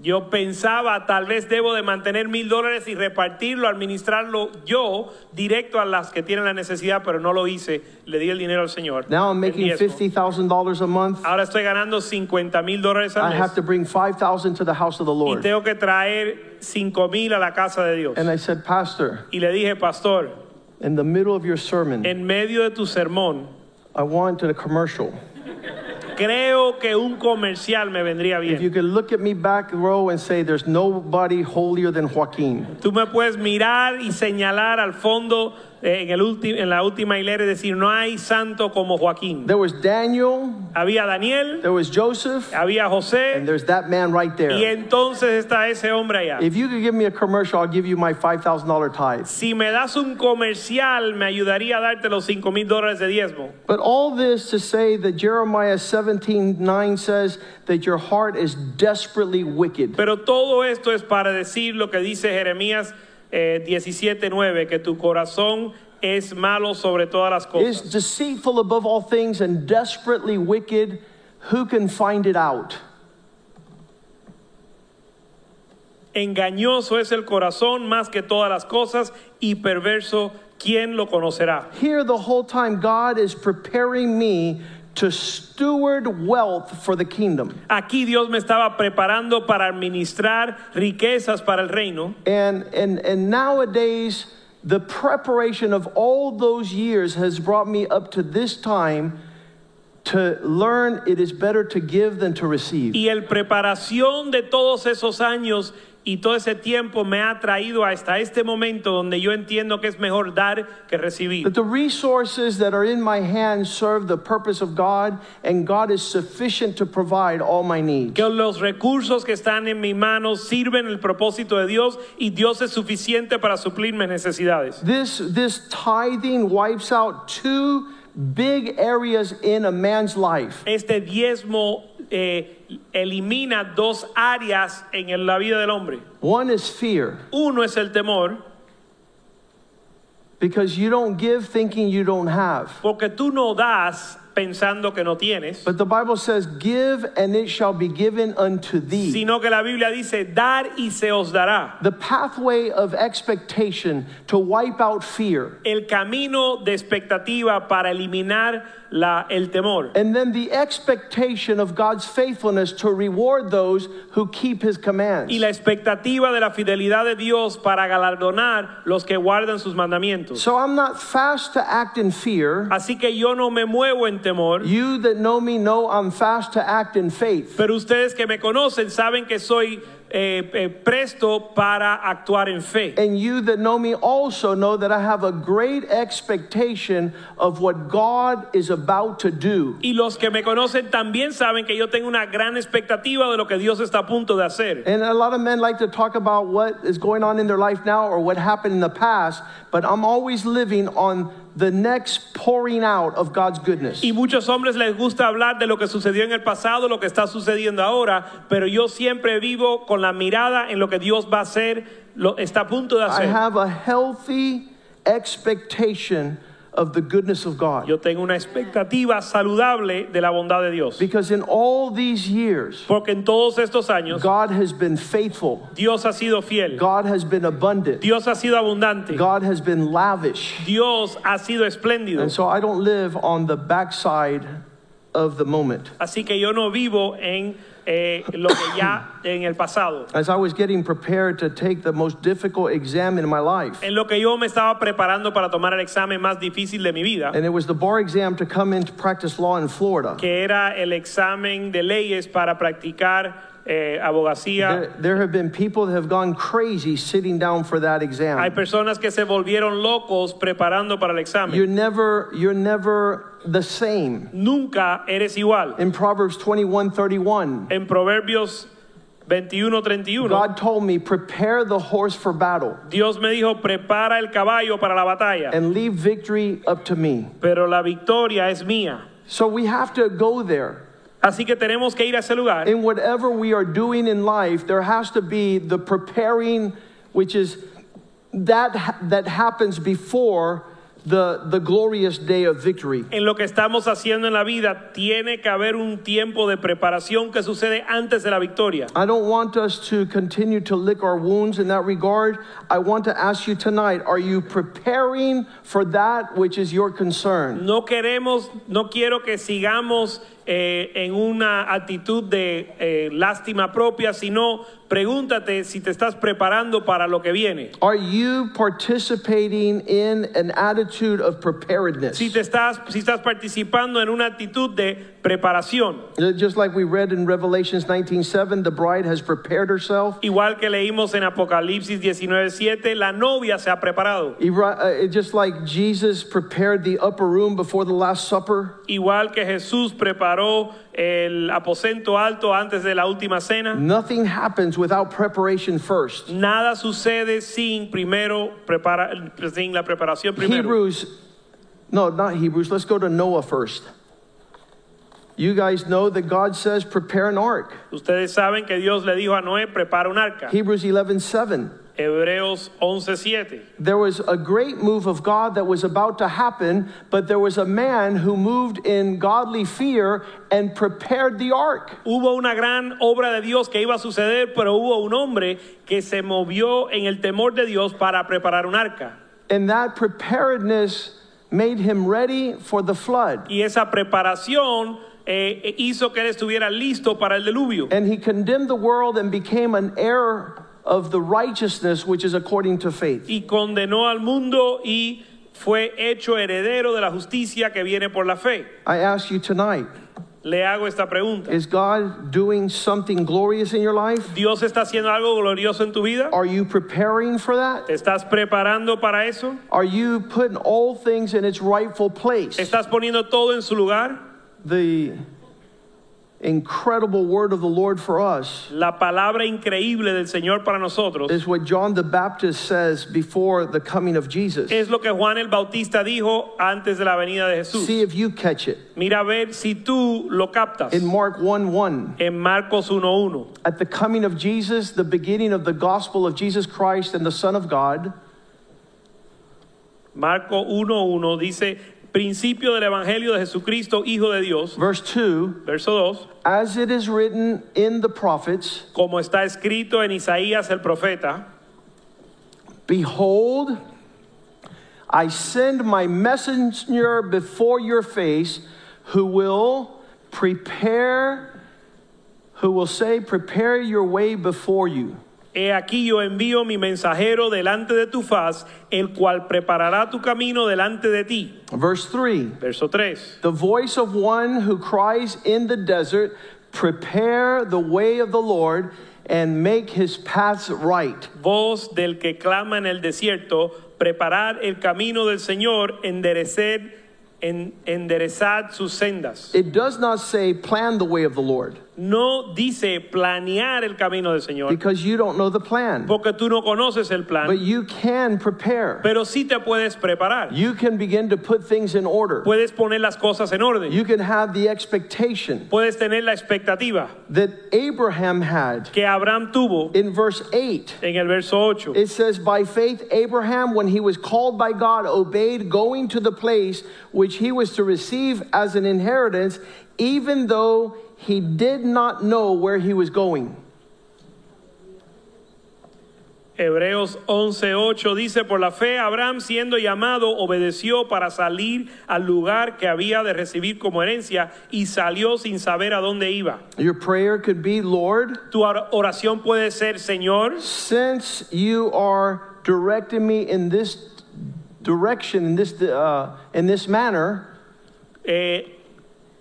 Speaker 2: Yo pensaba, tal vez debo de mantener mil dólares y repartirlo, administrarlo yo directo a las que tienen la necesidad, pero no lo hice. Le di el dinero al Señor.
Speaker 1: Now I'm
Speaker 2: El
Speaker 1: making
Speaker 2: diezmo.
Speaker 1: $50,000 a month.
Speaker 2: Ahora estoy ganando 50 mil dólares
Speaker 1: I
Speaker 2: al
Speaker 1: have
Speaker 2: mes
Speaker 1: to bring 5000 to the house of the
Speaker 2: y
Speaker 1: Lord.
Speaker 2: tengo que traer 5 mil a la casa de Dios.
Speaker 1: And I said, Pastor,
Speaker 2: Y le dije, pastor,
Speaker 1: in the middle of your sermon,
Speaker 2: en medio de tu sermón,
Speaker 1: I wanted a commercial.
Speaker 2: creo que un comercial me vendría
Speaker 1: If you
Speaker 2: bien.
Speaker 1: could look at me back row and say, There's nobody holier than Joaquin.
Speaker 2: Tú me puedes mirar y señalar al fondo eh, en, el ulti- en la última hilera y decir, no hay santo como Joaquín.
Speaker 1: There was Daniel,
Speaker 2: Había Daniel.
Speaker 1: there was Joseph,
Speaker 2: había
Speaker 1: and
Speaker 2: José
Speaker 1: there's that man right
Speaker 2: y
Speaker 1: there.
Speaker 2: entonces está ese hombre allá.
Speaker 1: If you could give me a commercial, I'll give you my $5,000 tithe.
Speaker 2: Si me das un comercial, me ayudaría a darte los 5 mil dólares de diezmo.
Speaker 1: But all this to say that Jeremiah 17 9 says that your heart is desperately wicked.
Speaker 2: Pero todo esto es para decir lo que dice Jeremías eh, 17:9, que tu corazón es malo sobre todas las
Speaker 1: It's
Speaker 2: cosas.
Speaker 1: deceitful above all things and desperately wicked. Who can find it out?
Speaker 2: Engañoso es el corazón más que todas las cosas y perverso, ¿quién lo conocerá?
Speaker 1: Here, the whole time, God is preparing me to steward wealth for the kingdom.
Speaker 2: Aquí Dios me estaba preparando para administrar riquezas para el reino.
Speaker 1: And, and, and nowadays, the preparation of all those years has brought me up to this time to learn it is better to give than to receive.
Speaker 2: Y el preparación de todos esos años y todo ese tiempo me ha traído hasta este momento donde yo entiendo que es mejor dar que recibir.
Speaker 1: That the resources that are in my hand serve the purpose of God, and God is sufficient to provide all my needs.
Speaker 2: Que los recursos que están en mis manos sirven el propósito de Dios y Dios es suficiente para suplir mis necesidades.
Speaker 1: This, this tithing wipes out two big areas in a man's life.
Speaker 2: Este diezmo eh, elimina dos áreas en el- la vida del hombre.
Speaker 1: One is fear,
Speaker 2: Uno es el temor,
Speaker 1: because you don't give thinking you don't have.
Speaker 2: porque tú no das pensando que no tienes,
Speaker 1: But the Bible says, Give and it shall be given unto thee.
Speaker 2: sino que la Biblia dice, dar y se os dará.
Speaker 1: the pathway of expectation to wipe out fear.
Speaker 2: El camino de expectativa para eliminar la- el temor.
Speaker 1: And then the expectation of God's faithfulness to reward those who keep his commands.
Speaker 2: Y la expectativa de la fidelidad de Dios para galardonar los que guardan sus mandamientos.
Speaker 1: So I'm not fast to act in fear.
Speaker 2: Así que yo no me muevo en temor,
Speaker 1: You that know me know I'm fast to act in faith.
Speaker 2: pero ustedes que me conocen saben que soy eh, eh, presto para actuar en fe.
Speaker 1: And you that know me also know that I have a great expectation of what God is about to do.
Speaker 2: Y los que me conocen también saben que yo tengo una gran expectativa de lo que Dios está a punto de hacer.
Speaker 1: And a lot of men like to talk about what is going on in their life now or what happened in the past, but I'm always living on the next pouring out of God's goodness.
Speaker 2: Y muchos hombres les gusta hablar de lo que sucedió en el pasado, lo que está sucediendo ahora, pero yo siempre vivo con la mirada en lo que Dios va a hacer, lo está a punto de
Speaker 1: I
Speaker 2: hacer.
Speaker 1: have a healthy expectation of the goodness of God.
Speaker 2: Yo tengo una expectativa saludable de la bondad de Dios.
Speaker 1: Because in all these years,
Speaker 2: Porque en todos estos años
Speaker 1: God has been faithful,
Speaker 2: Dios ha sido fiel,
Speaker 1: God has been abundant,
Speaker 2: Dios ha sido abundante,
Speaker 1: God has been lavish.
Speaker 2: Dios ha sido espléndido.
Speaker 1: And so I don't live on the backside of the moment.
Speaker 2: Así que yo no vivo en eh, lo
Speaker 1: <coughs>
Speaker 2: que ya en el pasado.
Speaker 1: As I was getting prepared to take the most difficult exam in my life,
Speaker 2: en lo que yo me estaba preparando para tomar el examen más difícil de mi vida,
Speaker 1: And it was the bar exam to come in to practice law in Florida.
Speaker 2: que era el examen de leyes para practicar eh, abogacía.
Speaker 1: There, there have been people that have gone crazy sitting down for that
Speaker 2: Hay
Speaker 1: exam.
Speaker 2: personas que se volvieron locos preparando para el examen.
Speaker 1: You're never, you're never the same.
Speaker 2: Nunca eres igual.
Speaker 1: In Proverbs 21 31,
Speaker 2: En Proverbios 21:31,
Speaker 1: God told me, prepare the horse for battle
Speaker 2: Dios me dijo, prepara el caballo para la batalla,
Speaker 1: and leave victory up to me.
Speaker 2: pero la victoria es mía.
Speaker 1: So we have to go there.
Speaker 2: Así que tenemos que ir a ese lugar.
Speaker 1: In whatever we are doing in life, there has to be the preparing, which is that, ha- that happens before the, the glorious day of victory.
Speaker 2: En lo que estamos haciendo en la vida tiene que haber un tiempo de preparación que sucede antes de la victoria.
Speaker 1: I don't want us to continue to lick our wounds in that regard. I want to ask you tonight are you preparing for that which is your concern?
Speaker 2: No queremos, no quiero que sigamos eh, en una actitud de eh, lástima propia, sino pregúntate si te estás preparando para lo que viene.
Speaker 1: Are you participating in an attitude of preparedness?
Speaker 2: Si te estás, si estás participando en una actitud de preparación,
Speaker 1: Just like we read in Revelations 19:7, the bride has prepared herself.
Speaker 2: igual que leímos en Apocalipsis 19:7, la novia se ha preparado.
Speaker 1: Ira- uh, Just like Jesus prepared the upper room before the Last Supper,
Speaker 2: Igual que Jesús preparó el aposento alto antes de la última cena,
Speaker 1: nothing happens without preparation first.
Speaker 2: nada sucede sin primero prepara, sin la preparación primero.
Speaker 1: Hebrews, no, not Hebrews. Let's go to Noah first. You guys know that God says, prepare an ark.
Speaker 2: Ustedes saben que Dios le dijo a Noé, prepara un arca.
Speaker 1: Hebrews 11 7.
Speaker 2: Hebreos 11:7.
Speaker 1: There was a great move of God that was about to happen, but there was a man who moved in godly fear and prepared the ark.
Speaker 2: Hubo una gran obra de Dios que iba a suceder, pero hubo un hombre que se movió en el temor de Dios para preparar un arca.
Speaker 1: And that preparedness made him ready for the flood.
Speaker 2: Y esa preparación eh, hizo que él estuviera listo para el diluvio.
Speaker 1: And he condemned the world and became an heir of the righteousness which is according to faith.
Speaker 2: Y condenó al mundo y fue hecho heredero de la justicia que viene por la fe.
Speaker 1: I ask you tonight
Speaker 2: Le hago esta pregunta.
Speaker 1: is God doing something glorious in your life?
Speaker 2: ¿Dios está haciendo algo glorioso en tu vida?
Speaker 1: Are you preparing for that?
Speaker 2: ¿Te estás preparando para eso?
Speaker 1: Are you putting all things in its rightful place?
Speaker 2: ¿Estás poniendo todo en su lugar?
Speaker 1: The incredible word of the Lord for us
Speaker 2: La palabra increíble del Señor para nosotros
Speaker 1: is what John the Baptist says before the coming of Jesus.
Speaker 2: es lo que Juan el Bautista dijo antes de la venida de Jesús.
Speaker 1: See if you catch it.
Speaker 2: Mira a ver si tú lo captas.
Speaker 1: In Mark 1 1.
Speaker 2: En Marcos 1.1.
Speaker 1: At the coming of Jesus, the beginning of the gospel of Jesus Christ and the Son of God,
Speaker 2: Marcos 1.1 dice, principio del Evangelio de Jesucristo, Hijo de Dios.
Speaker 1: verse 2
Speaker 2: Verso 2.
Speaker 1: As it is written in the prophets,
Speaker 2: Como está escrito en Isaías el profeta,
Speaker 1: Behold, I send my messenger before your face who will prepare, who will say, Prepare your way before you.
Speaker 2: He aquí yo envío mi mensajero delante de tu faz, el cual preparará tu camino delante de ti.
Speaker 1: Verse 3
Speaker 2: Verso 3.
Speaker 1: The voice of one who cries in the desert, Prepare the way of the Lord and make his paths right.
Speaker 2: Voz del que clama en el desierto, preparar el camino del Señor, enderecer, en- enderezad sus sendas.
Speaker 1: It does not say, Plan the way of the Lord,
Speaker 2: No dice planear el camino del Señor,
Speaker 1: because you don't know the plan.
Speaker 2: porque tú no conoces el
Speaker 1: But
Speaker 2: plan,
Speaker 1: you can prepare.
Speaker 2: pero sí te puedes preparar.
Speaker 1: You can begin to put things in order.
Speaker 2: Puedes poner las cosas en orden.
Speaker 1: You can have the expectation
Speaker 2: Puedes tener la expectativa
Speaker 1: that Abraham had
Speaker 2: que Abraham tuvo
Speaker 1: in verse 8.
Speaker 2: en el verso 8.
Speaker 1: It says, By faith, Abraham, when he was called by God, obeyed going to the place which he was to receive as an inheritance, even though he did not know where he was going.
Speaker 2: Hebreos 11:8 dice, por la fe Abraham siendo llamado obedeció para salir al lugar que había de recibir como herencia y salió sin saber a dónde iba.
Speaker 1: Your prayer could be, Lord,
Speaker 2: Tu or- oración puede ser, Señor,
Speaker 1: since you are directing me in this direction, in this, uh, in this manner,
Speaker 2: eh,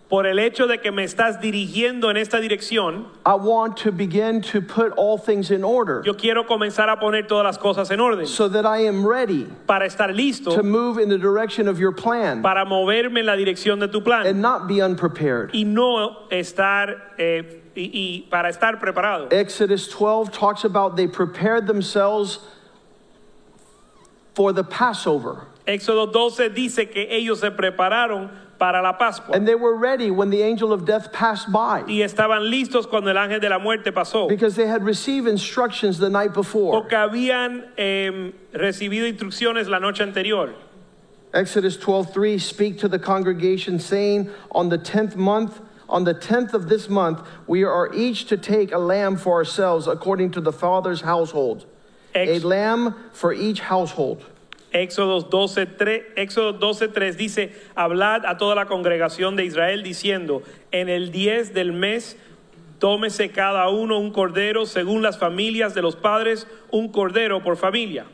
Speaker 2: por el hecho de que me estás dirigiendo en esta dirección,
Speaker 1: I want to begin to put all things in order
Speaker 2: yo quiero comenzar a poner todas las cosas en orden
Speaker 1: so that I am ready
Speaker 2: para estar listo
Speaker 1: to move in the direction of your plan
Speaker 2: para moverme en la dirección de tu
Speaker 1: and
Speaker 2: plan
Speaker 1: not be unprepared.
Speaker 2: y no estar eh, y- y para estar preparado.
Speaker 1: Exodus 12 talks about they prepared themselves for the Passover.
Speaker 2: Éxodo 12 dice que ellos se prepararon para la Pascua
Speaker 1: And they were ready when the angel of death passed by
Speaker 2: y estaban listos cuando el ángel de la muerte pasó,
Speaker 1: because they had received instructions the night before.
Speaker 2: porque habían eh, recibido instrucciones la noche anterior.
Speaker 1: Exodus 12:3 speak to the congregation saying on the 10th month on the 10th of this month we are each to take a lamb for ourselves according to the father's household
Speaker 2: Ex-
Speaker 1: a lamb for each household
Speaker 2: Éxodo 12, 3, Éxodo 12, 3 dice, hablad a toda la congregación de Israel diciendo, en el 10 del mes tómese cada uno un cordero según las familias de los padres, un cordero por familia.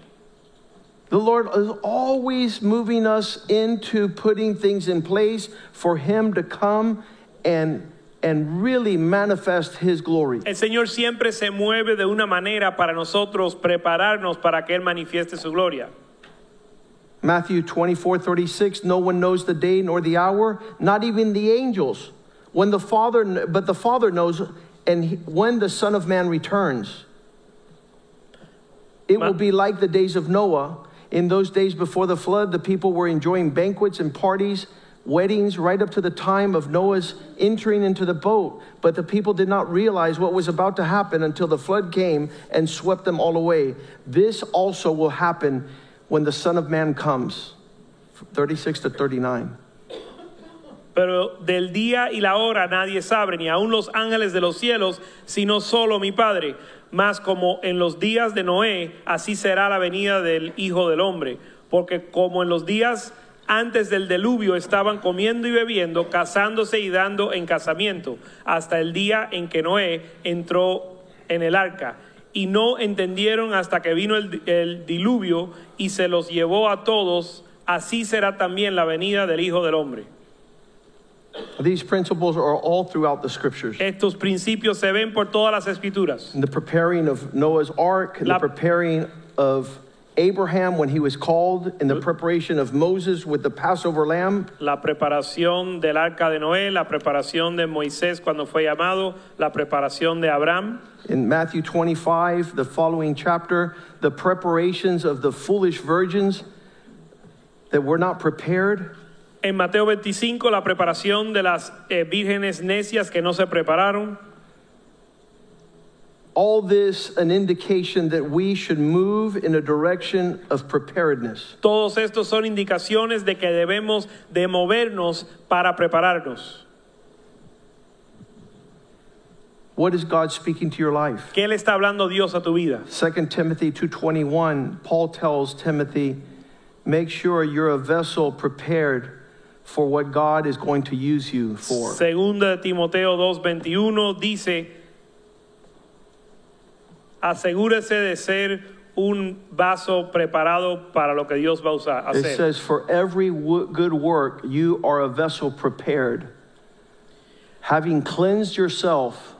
Speaker 1: the lord is always moving us into putting things in place for him to come and and really manifest his glory
Speaker 2: El Señor siempre se mueve de una manera para nosotros prepararnos para que Él manifieste su gloria.
Speaker 1: Matthew 24, 36, no one knows the day nor the hour, not even the angels. When the Father, kn- but the Father knows, and he- when the Son of Man returns, it
Speaker 2: Ma-
Speaker 1: will be like the days of Noah. In those days before the flood, the people were enjoying banquets and parties, weddings, right up to the time of Noah's entering into the boat. But the people did not realize what was about to happen until the flood came and swept them all away. This also will happen when the Son of Man comes. 36 to 39.
Speaker 2: Pero del día y la hora nadie sabe, ni aun los ángeles de los cielos, sino solo mi Padre. Mas como en los días de Noé, así será la venida del Hijo del Hombre. Porque como en los días antes del deluvio estaban comiendo y bebiendo, casándose y dando en casamiento, hasta el día en que Noé entró en el arca. Y no entendieron hasta que vino el, el diluvio y se los llevó a todos así será también la venida del Hijo del Hombre.
Speaker 1: These principles are all throughout the scriptures.
Speaker 2: Estos principios se ven por todas las escrituras.
Speaker 1: In the preparing of Noah's ark, in the
Speaker 2: La-
Speaker 1: preparing of Abraham when he was called, in the preparation of Moses with the Passover lamb,
Speaker 2: La preparación del arca de Noé, la preparación de Moisés cuando fue llamado, la preparación de Abraham.
Speaker 1: in Matthew 25, the following chapter, the preparations of the foolish virgins that were not prepared.
Speaker 2: En Mateo 25, la preparación de las eh, vírgenes necias que no se prepararon.
Speaker 1: All this an indication that we should move in a direction of preparedness.
Speaker 2: Todos estos son indicaciones de que debemos de movernos para prepararnos.
Speaker 1: What is God speaking to your life?
Speaker 2: ¿Qué le está hablando Dios a tu vida?
Speaker 1: 2 Timothy 2:21 Paul tells Timothy make sure you're a vessel prepared for what God is going to use you for.
Speaker 2: Segunda de Timoteo 2:21 dice, asegúrese de ser un vaso preparado para lo que Dios va a usar.
Speaker 1: It
Speaker 2: hacer.
Speaker 1: says for every wo- good work you are a vessel prepared having cleansed yourself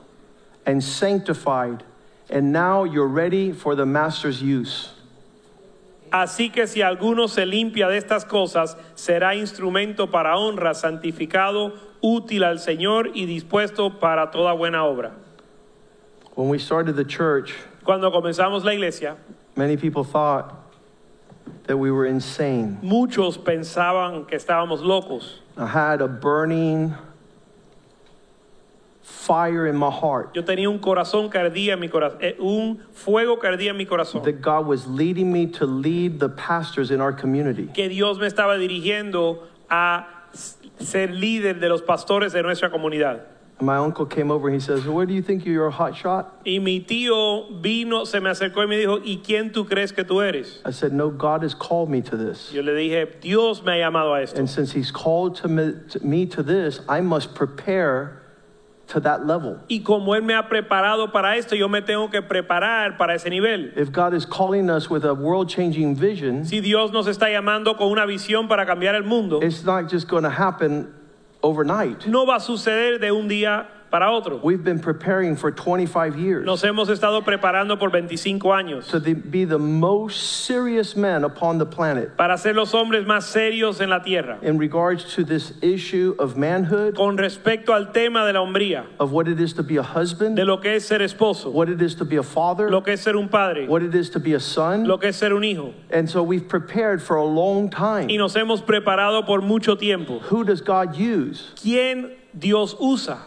Speaker 1: and sanctified and now you're ready for the master's use.
Speaker 2: Así que si alguno se limpia de estas cosas, será instrumento para honra, santificado, útil al Señor y dispuesto para toda buena obra.
Speaker 1: When we started the church,
Speaker 2: Cuando comenzamos la iglesia,
Speaker 1: many people thought that we were insane.
Speaker 2: muchos pensaban que estábamos locos.
Speaker 1: I had a burning fire in my heart
Speaker 2: Yo tenía un corazón que ardía en mi corazón, un fuego que ardía en mi corazón.
Speaker 1: that God was leading me to lead the pastors in our community.
Speaker 2: que Dios me estaba dirigiendo a s- ser líder de los pastores de nuestra comunidad.
Speaker 1: My uncle came over and he says, Where do you think you're a hot shot?
Speaker 2: Y mi tío vino, se me acercó y me dijo, ¿y quién tú crees que tú eres?
Speaker 1: I said, No, God has called me to this.
Speaker 2: Yo le dije, Dios me ha llamado a esto.
Speaker 1: And since He's called to me, to me to this, I must prepare to that level.
Speaker 2: Y como Él me ha preparado para esto, yo me tengo que preparar para ese nivel.
Speaker 1: If God is calling us with a world changing vision,
Speaker 2: Si Dios nos está llamando con una visión para cambiar el mundo,
Speaker 1: it's not just going to happen overnight.
Speaker 2: no va a suceder de un día para otro.
Speaker 1: We've been preparing for 25 years.
Speaker 2: Nos hemos estado preparando por 25 años
Speaker 1: to the, be the most serious men upon the planet
Speaker 2: para ser los hombres más serios en la tierra.
Speaker 1: in regards to this issue of manhood,
Speaker 2: Con respecto al tema de la hombría,
Speaker 1: of what it is to be a
Speaker 2: de
Speaker 1: husband,
Speaker 2: lo que es ser esposo,
Speaker 1: what it is to be a father,
Speaker 2: lo que es ser un padre,
Speaker 1: what it is to be a son.
Speaker 2: lo que es ser un hijo.
Speaker 1: And so we've prepared for a long time.
Speaker 2: Y nos hemos preparado por mucho tiempo.
Speaker 1: Who does God use?
Speaker 2: ¿Quién Dios usa?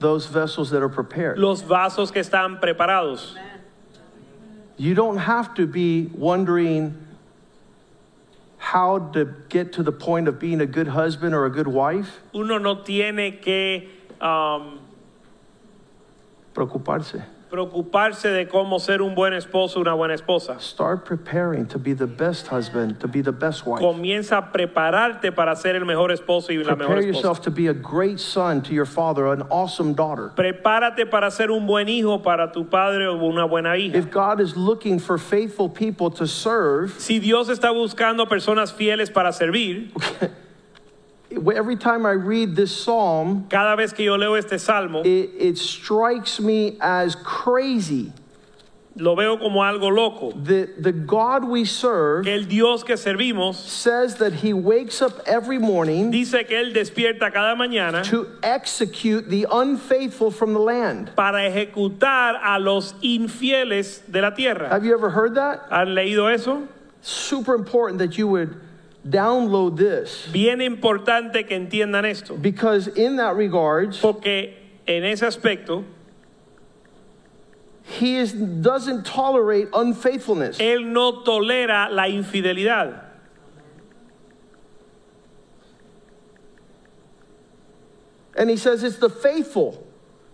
Speaker 1: Those vessels that are prepared.
Speaker 2: Los vasos que están preparados.
Speaker 1: You don't have to be wondering how to get to the point of being a good husband or a good wife.
Speaker 2: Uno no tiene que um,
Speaker 1: Preocuparse.
Speaker 2: preocuparse de cómo ser un buen esposo, una buena esposa.
Speaker 1: Start preparing to be the best husband, to be the best wife.
Speaker 2: Comienza a prepararte para ser el mejor esposo y la mejor
Speaker 1: Prepare
Speaker 2: esposa.
Speaker 1: yourself to be a great son to your father, an awesome daughter.
Speaker 2: Prepárate para ser un buen hijo para tu padre o una buena hija.
Speaker 1: If God is looking for faithful people to serve,
Speaker 2: Si Dios está buscando personas fieles para servir,
Speaker 1: every time I read this psalm,
Speaker 2: cada vez que yo leo este salmo,
Speaker 1: it, it strikes me as crazy
Speaker 2: lo veo como algo loco.
Speaker 1: that the God we serve
Speaker 2: Que el Dios que servimos
Speaker 1: says that he wakes up every morning
Speaker 2: dice que Él despierta cada mañana
Speaker 1: to execute the unfaithful from the land.
Speaker 2: para ejecutar a los infieles de la tierra.
Speaker 1: Have you ever heard that?
Speaker 2: ¿Han leído eso?
Speaker 1: Super important that you would download this
Speaker 2: Bien importante que entiendan esto,
Speaker 1: because, in that regards,
Speaker 2: porque en ese aspecto,
Speaker 1: He is, doesn't tolerate unfaithfulness.
Speaker 2: Él no tolera la infidelidad.
Speaker 1: And he says, It's the faithful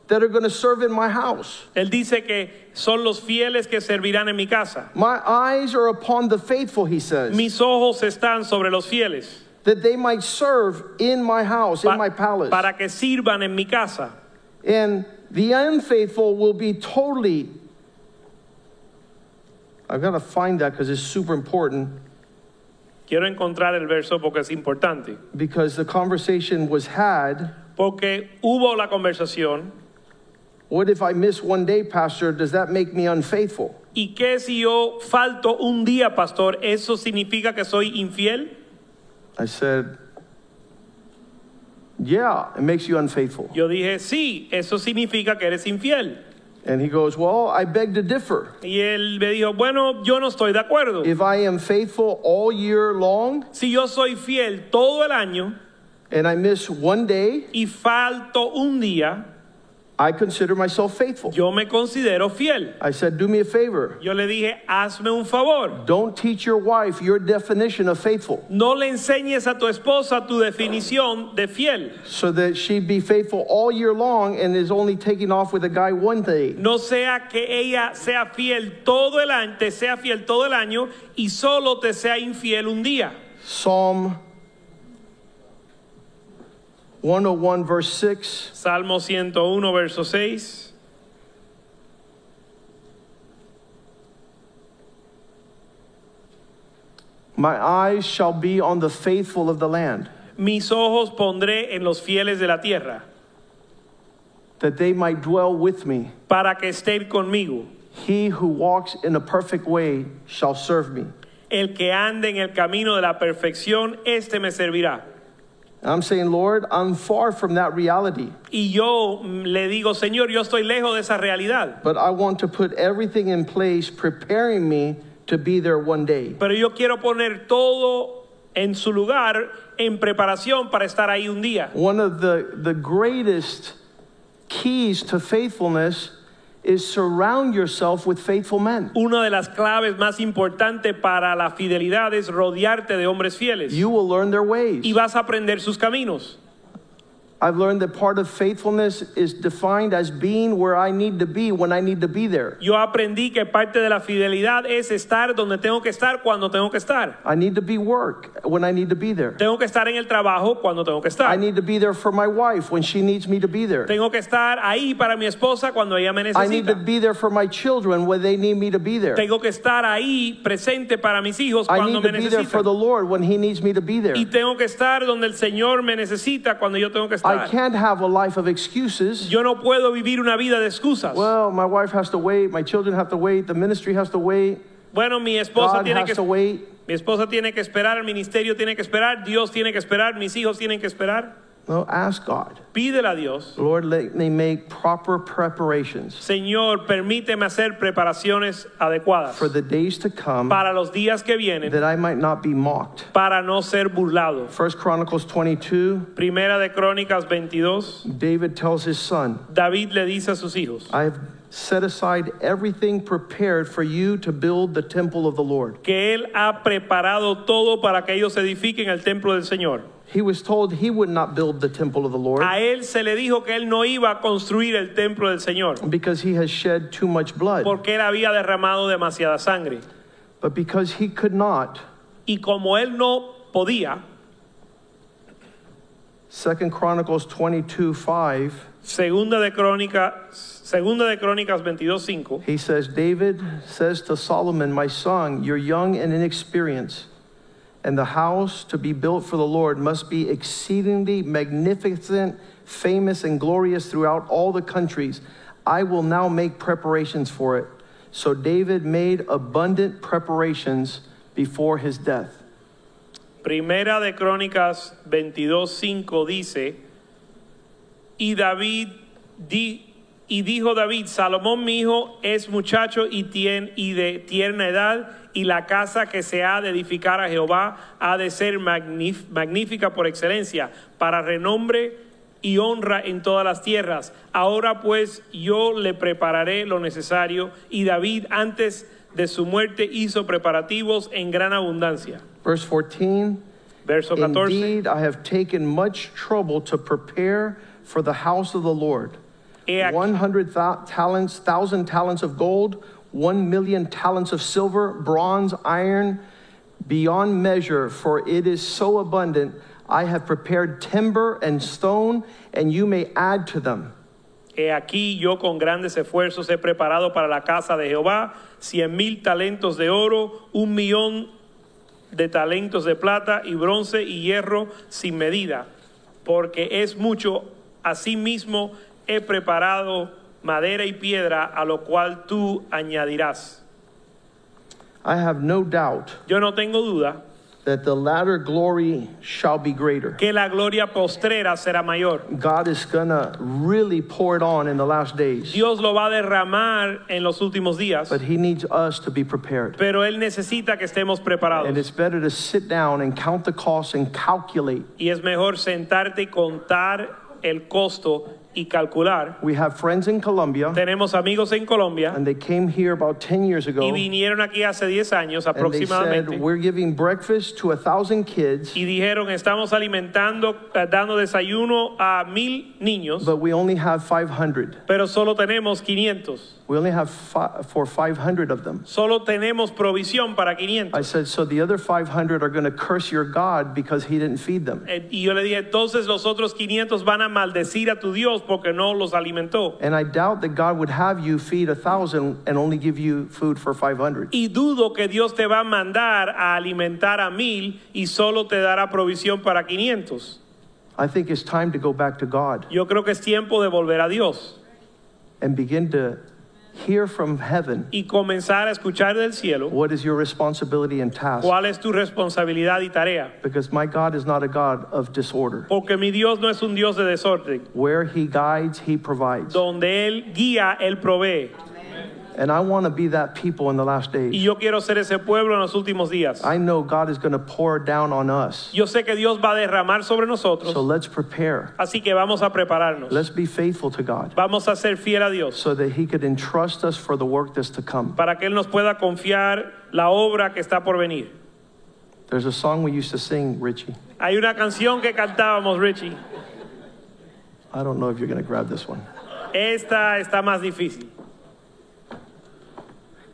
Speaker 1: that are going to serve in my house.
Speaker 2: Él dice que son los fieles que servirán en mi casa.
Speaker 1: My eyes are upon the faithful, he says,
Speaker 2: Mis ojos están sobre los fieles
Speaker 1: that they might serve in my house, in
Speaker 2: pa-
Speaker 1: my palace.
Speaker 2: para que sirvan en mi casa.
Speaker 1: and the unfaithful will be totally. I've got to find that because it's super important.
Speaker 2: Quiero encontrar el verso porque es importante.
Speaker 1: because the conversation was had.
Speaker 2: Porque hubo la conversación.
Speaker 1: What if I miss one day, Pastor? Does that make me unfaithful?
Speaker 2: ¿Y qué si yo falto un día, pastor? ¿Eso significa que soy infiel?
Speaker 1: I said, Yeah, it makes you unfaithful.
Speaker 2: Yo dije, sí, eso significa que eres infiel.
Speaker 1: And he goes, Well, I beg to differ.
Speaker 2: Y él me dijo, bueno, yo no estoy de acuerdo.
Speaker 1: If I am faithful all year long
Speaker 2: Si yo soy fiel todo el año
Speaker 1: and I miss one day,
Speaker 2: y falto un día,
Speaker 1: I consider myself faithful.
Speaker 2: yo me considero fiel.
Speaker 1: I said, Do me a favor.
Speaker 2: Yo le dije, hazme un favor.
Speaker 1: Don't teach your wife your definition of faithful
Speaker 2: No le enseñes a tu esposa tu definición de fiel.
Speaker 1: so that she be faithful all year long and is only taking off with a guy one day.
Speaker 2: No sea que ella sea fiel todo el año, te sea fiel todo el año y solo te sea infiel un día.
Speaker 1: Psalm 101, verse 6.
Speaker 2: Salmo 101, verso 6.
Speaker 1: My eyes shall be on the faithful of the land,
Speaker 2: Mis ojos pondré en los fieles de la tierra,
Speaker 1: that they might dwell with me.
Speaker 2: para que estén conmigo.
Speaker 1: He who walks in a perfect way shall serve me.
Speaker 2: El que ande en el camino de la perfección, este me servirá.
Speaker 1: And I'm saying, Lord, I'm far from that reality,
Speaker 2: Y yo mm, le digo, Señor, yo estoy lejos de esa realidad,
Speaker 1: but I want to put everything in place preparing me to be there one day.
Speaker 2: pero yo quiero poner todo en su lugar en preparación para estar ahí un día.
Speaker 1: One of the, the greatest keys to faithfulness is surround yourself with faithful men.
Speaker 2: Una de las claves más importantes para la fidelidad es rodearte de hombres fieles
Speaker 1: You will learn their
Speaker 2: y
Speaker 1: ways.
Speaker 2: vas a aprender sus caminos.
Speaker 1: I've learned that part of faithfulness is defined as being where I need to be when I need to be there.
Speaker 2: Yo aprendí que parte de la fidelidad es estar donde tengo que estar cuando tengo que estar.
Speaker 1: I need to be work when I need to be there.
Speaker 2: Tengo que estar en el trabajo cuando tengo que
Speaker 1: I
Speaker 2: estar.
Speaker 1: need to be there for my wife when she needs me to be there.
Speaker 2: Tengo que estar ahí para mi esposa cuando ella me
Speaker 1: I need to
Speaker 2: necesita.
Speaker 1: be there for my children when they need me to be there.
Speaker 2: Tengo que estar ahí presente para mis hijos
Speaker 1: I
Speaker 2: cuando
Speaker 1: need
Speaker 2: me
Speaker 1: to be there for
Speaker 2: necesitan.
Speaker 1: the Lord when he needs me to be there.
Speaker 2: Y tengo que estar donde el Señor me necesita cuando yo tengo que
Speaker 1: I
Speaker 2: estar.
Speaker 1: can't have a life of excuses.
Speaker 2: Yo no puedo vivir una vida de excusas.
Speaker 1: Well, my wife has to wait, my children have to wait, the ministry has to wait,
Speaker 2: Bueno, mi esposa
Speaker 1: God
Speaker 2: tiene que
Speaker 1: has to wait.
Speaker 2: mi esposa tiene que esperar, el ministerio tiene que esperar, Dios tiene que esperar, mis hijos tienen que esperar.
Speaker 1: No, ask God.
Speaker 2: Pídele a Dios.
Speaker 1: Lord, let me make proper preparations
Speaker 2: Señor, permíteme hacer preparaciones adecuadas
Speaker 1: for the days to come
Speaker 2: para los días que vienen
Speaker 1: that I might not be mocked.
Speaker 2: para no ser burlado.
Speaker 1: First Chronicles 22,
Speaker 2: Primera de Crónicas 22,
Speaker 1: David tells his son,
Speaker 2: David le dice a sus hijos
Speaker 1: I have set aside everything prepared for you to build the temple of the Lord.
Speaker 2: que él ha preparado todo para que ellos edifiquen el templo del Señor.
Speaker 1: He was told he would not build the temple of the Lord
Speaker 2: A él se le dijo que él no iba a construir el templo del Señor
Speaker 1: because he has shed too much blood.
Speaker 2: porque él había derramado demasiada sangre.
Speaker 1: But because he could not,
Speaker 2: Y como él no podía,
Speaker 1: Second Chronicles 22 5,
Speaker 2: segunda de Crónicas, segunda de Crónicas 22:5
Speaker 1: he says, David says to Solomon, My son, you're young and inexperienced, and the house to be built for the Lord must be exceedingly magnificent, famous, and glorious throughout all the countries. I will now make preparations for it. So David made abundant preparations before his death.
Speaker 2: Primera de Crónicas 22:5 dice, y David di- y dijo David, Salomón mi hijo es muchacho y, tien- y de tierna edad, y la casa que se ha de edificar a Jehová ha de ser magnif- magnífica por excelencia, para renombre y honra en todas las tierras. Ahora pues yo le prepararé lo necesario, y David antes de su muerte hizo preparativos en gran abundancia.
Speaker 1: Verse 14.
Speaker 2: Verso 14.
Speaker 1: Indeed, I have taken much trouble to prepare for the house of the Lord.
Speaker 2: He aquí-
Speaker 1: 100 thou- talents, 1,000 talents of gold, 1 million talents of silver, bronze, iron, beyond measure, for it is so abundant. I have prepared timber and stone, and you may add to them.
Speaker 2: He aquí yo con grandes esfuerzos he preparado para la casa de Jehová cien mil talentos de oro, un millón de talentos de plata y bronce y hierro sin medida, porque es mucho. Asimismo he preparado madera y piedra, a lo cual tú añadirás.
Speaker 1: I have no doubt
Speaker 2: Yo no tengo duda
Speaker 1: that the latter glory shall be greater.
Speaker 2: que la gloria postrera será mayor.
Speaker 1: God is going to really pour it on in the last days,
Speaker 2: Dios lo va a derramar en los últimos días,
Speaker 1: but He needs us to be prepared.
Speaker 2: pero Él necesita que estemos
Speaker 1: And
Speaker 2: preparados.
Speaker 1: it's better to sit down and count the costs and calculate.
Speaker 2: Y es mejor sentarte y contar el costo y calcular.
Speaker 1: We have friends in Colombia,
Speaker 2: Tenemos amigos en Colombia
Speaker 1: and they came here about 10 years
Speaker 2: y
Speaker 1: ago,
Speaker 2: vinieron aquí hace 10 años
Speaker 1: and they said,
Speaker 2: aproximadamente
Speaker 1: We're giving breakfast to a thousand kids,
Speaker 2: y dijeron, estamos alimentando, eh, dando desayuno a mil niños,
Speaker 1: but we only have 500.
Speaker 2: pero solo tenemos 500.
Speaker 1: We only have fi- for 500 of them.
Speaker 2: Solo tenemos provisión para 500.
Speaker 1: I said, So the other 500 are going to curse your God because He didn't feed them.
Speaker 2: Eh, Y yo le dije, entonces los otros 500 van a maldecir a tu Dios porque no los alimentó.
Speaker 1: And I doubt that God would have you feed a thousand and only give you food for 500.
Speaker 2: Y dudo que Dios te va a mandar a alimentar a mil y solo te dará provisión para 500.
Speaker 1: I think it's time to go back to God
Speaker 2: Yo creo que es tiempo de volver a Dios
Speaker 1: and begin to hear from heaven
Speaker 2: y comenzar a escuchar del cielo
Speaker 1: what is your responsibility and task.
Speaker 2: cuál es tu responsabilidad y tarea.
Speaker 1: Because my God is not a God of disorder.
Speaker 2: Porque mi Dios no es un Dios de desorden.
Speaker 1: Where He guides, He provides.
Speaker 2: Donde Él guía, Él provee.
Speaker 1: And I want to be that people in the last
Speaker 2: Y
Speaker 1: days.
Speaker 2: yo quiero ser ese pueblo en los últimos días.
Speaker 1: I know God is going to pour down on us.
Speaker 2: Yo sé que Dios va a derramar sobre
Speaker 1: So
Speaker 2: nosotros,
Speaker 1: let's prepare.
Speaker 2: así que vamos a prepararnos.
Speaker 1: Let's be faithful to God
Speaker 2: Vamos a ser fiel a Dios
Speaker 1: so that He could entrust us for the work that's to come.
Speaker 2: para que Él nos pueda confiar la obra que está por venir.
Speaker 1: There's a song we used to sing, Richie.
Speaker 2: Hay una canción que cantábamos, Richie.
Speaker 1: I don't know if you're going to grab this one.
Speaker 2: Esta está más difícil.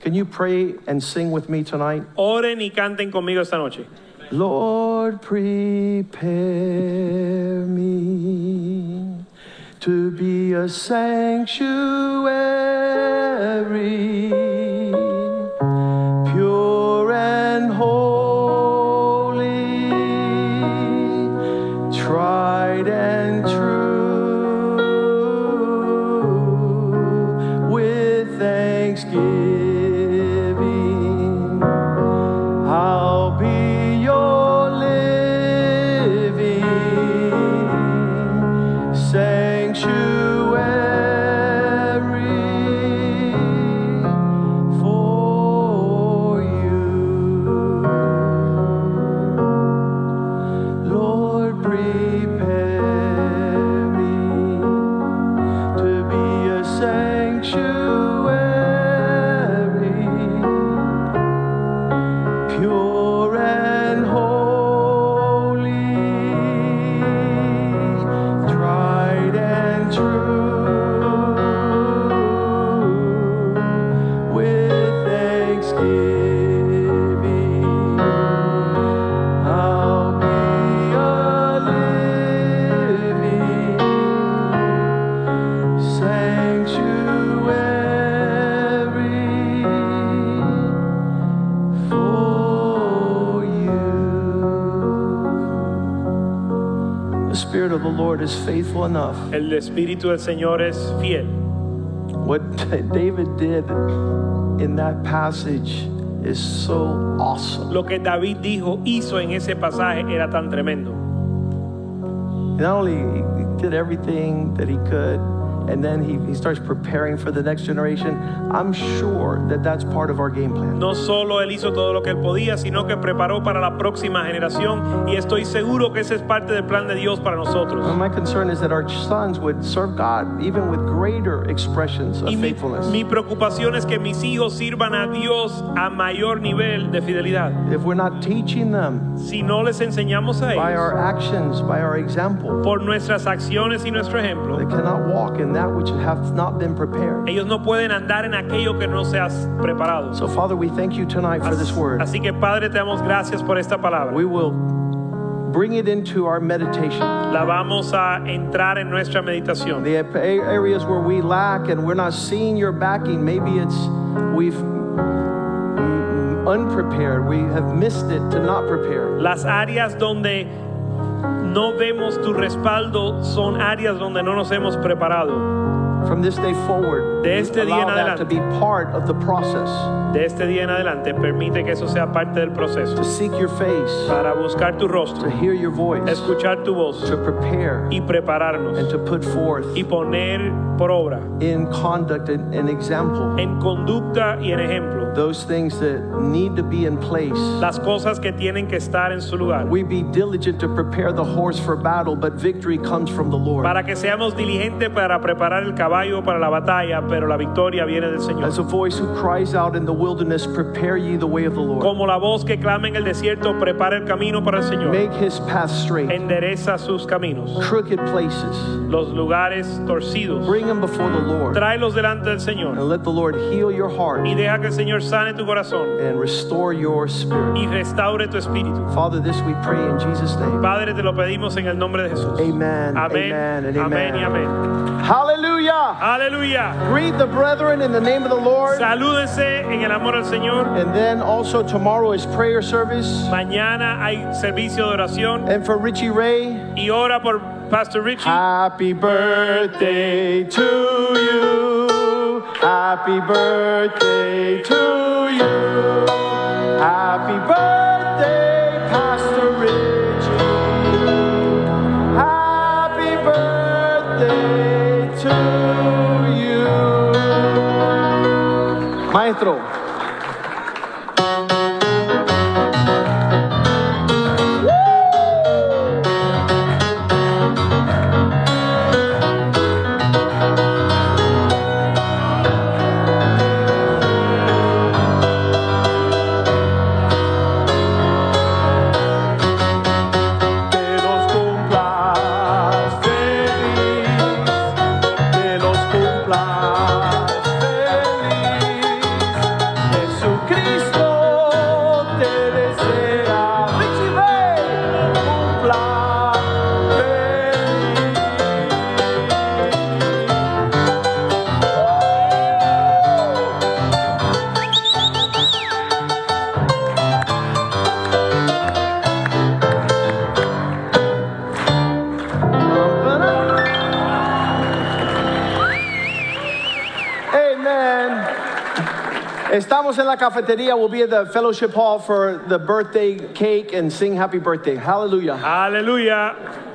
Speaker 1: Can you pray and sing with me tonight?
Speaker 2: Oren y canten conmigo esta noche.
Speaker 1: Lord, prepare me to be a sanctuary, pure and holy, tried and true, with thanksgiving. I'll be your living sanctuary for you, Lord. Prepare me to be a sanctuary pure and holy, tried and true, with thanksgiving. I'll be a living sanctuary for you. The Spirit of the Lord is faithful enough.
Speaker 2: El Espíritu del Señor es fiel.
Speaker 1: What <laughs> David did in that passage is so awesome.
Speaker 2: Lo que David dijo, hizo en ese pasaje era tan tremendo.
Speaker 1: Not only he did everything that he could, and then he, he starts preparing for the next generation. I'm sure that that's part of our game plan.
Speaker 2: No solo él hizo todo lo que él podía, sino que preparó para la próxima generación y estoy seguro que ese es parte del plan de Dios para nosotros.
Speaker 1: And my concern is that our sons would serve God even with greater expressions
Speaker 2: Y
Speaker 1: of
Speaker 2: mi,
Speaker 1: faithfulness.
Speaker 2: mi preocupación es que mis hijos sirvan a Dios a mayor nivel de fidelidad.
Speaker 1: If we're not teaching them
Speaker 2: Si no les enseñamos a
Speaker 1: by
Speaker 2: ellos
Speaker 1: our actions, by our example,
Speaker 2: por nuestras acciones y nuestro
Speaker 1: they
Speaker 2: ejemplo,
Speaker 1: cannot walk in that which hath not been prepared.
Speaker 2: ellos no pueden andar en aquello que no seas preparado.
Speaker 1: So, Father, we thank you tonight for this word.
Speaker 2: Así que Padre, te damos gracias por esta palabra.
Speaker 1: We will bring it into our meditation.
Speaker 2: La vamos a entrar en nuestra meditación.
Speaker 1: The a- areas where we lack and we're not seeing your backing, maybe it's we've mm, unprepared. We have missed it to not prepare.
Speaker 2: Las áreas donde no vemos tu respaldo son áreas donde no nos hemos preparado.
Speaker 1: From this day forward,
Speaker 2: De este día en
Speaker 1: allow that to
Speaker 2: adelante.
Speaker 1: be part of the process.
Speaker 2: De este día en adelante, permite que eso sea parte del proceso
Speaker 1: To seek your face,
Speaker 2: para buscar tu
Speaker 1: to
Speaker 2: rostro,
Speaker 1: hear your voice,
Speaker 2: escuchar tu voz
Speaker 1: to prepare,
Speaker 2: y
Speaker 1: and
Speaker 2: prepararnos
Speaker 1: to put forth
Speaker 2: y poner por obra
Speaker 1: in conduct and, and example
Speaker 2: en conducta y en ejemplo
Speaker 1: those things that need to be in place.
Speaker 2: las cosas que tienen que estar en su lugar
Speaker 1: We be diligent to prepare the horse for battle, but victory comes from the Lord.
Speaker 2: para que seamos diligentes para preparar el caballo para la batalla, pero la victoria viene del Señor.
Speaker 1: As a voice who cries out in the wilderness, prepare ye the way of the Lord.
Speaker 2: Como la voz que clama en el desierto, prepara el camino para el Señor.
Speaker 1: Make his path straight,
Speaker 2: Endereza sus caminos,
Speaker 1: crooked places.
Speaker 2: los lugares torcidos.
Speaker 1: Bring them before the Lord
Speaker 2: Tráelos delante del Señor
Speaker 1: and let the Lord heal your
Speaker 2: y
Speaker 1: heart
Speaker 2: deja que el Señor sane tu corazón
Speaker 1: and restore your spirit.
Speaker 2: y restaure tu espíritu.
Speaker 1: Father, this we pray in Jesus' name.
Speaker 2: Padre, te lo pedimos en el nombre de Jesús.
Speaker 1: Amen,
Speaker 2: Amén,
Speaker 1: amen, and
Speaker 2: amén y
Speaker 1: amen.
Speaker 2: amén.
Speaker 1: Hallelujah!
Speaker 2: Aleluya.
Speaker 1: Greet the brethren in the name of the Lord.
Speaker 2: Salúdense en el amor al Señor.
Speaker 1: And then also tomorrow is prayer service.
Speaker 2: Mañana hay servicio de oración.
Speaker 1: And for Richie Ray,
Speaker 2: y ora por Pastor Richie.
Speaker 1: Ah. happy birthday to you. Happy birthday to you. Happy birthday, Pastor Richie. Happy birthday to you. Maestro. Que los cumplas feliz, que los cumplas feliz. Jesucristo te desea, Richie Ray, cumpla feliz. Amen. Estamos en la cafetería. We'll be at the fellowship hall for the birthday cake and sing happy birthday. Hallelujah.
Speaker 2: Aleluya.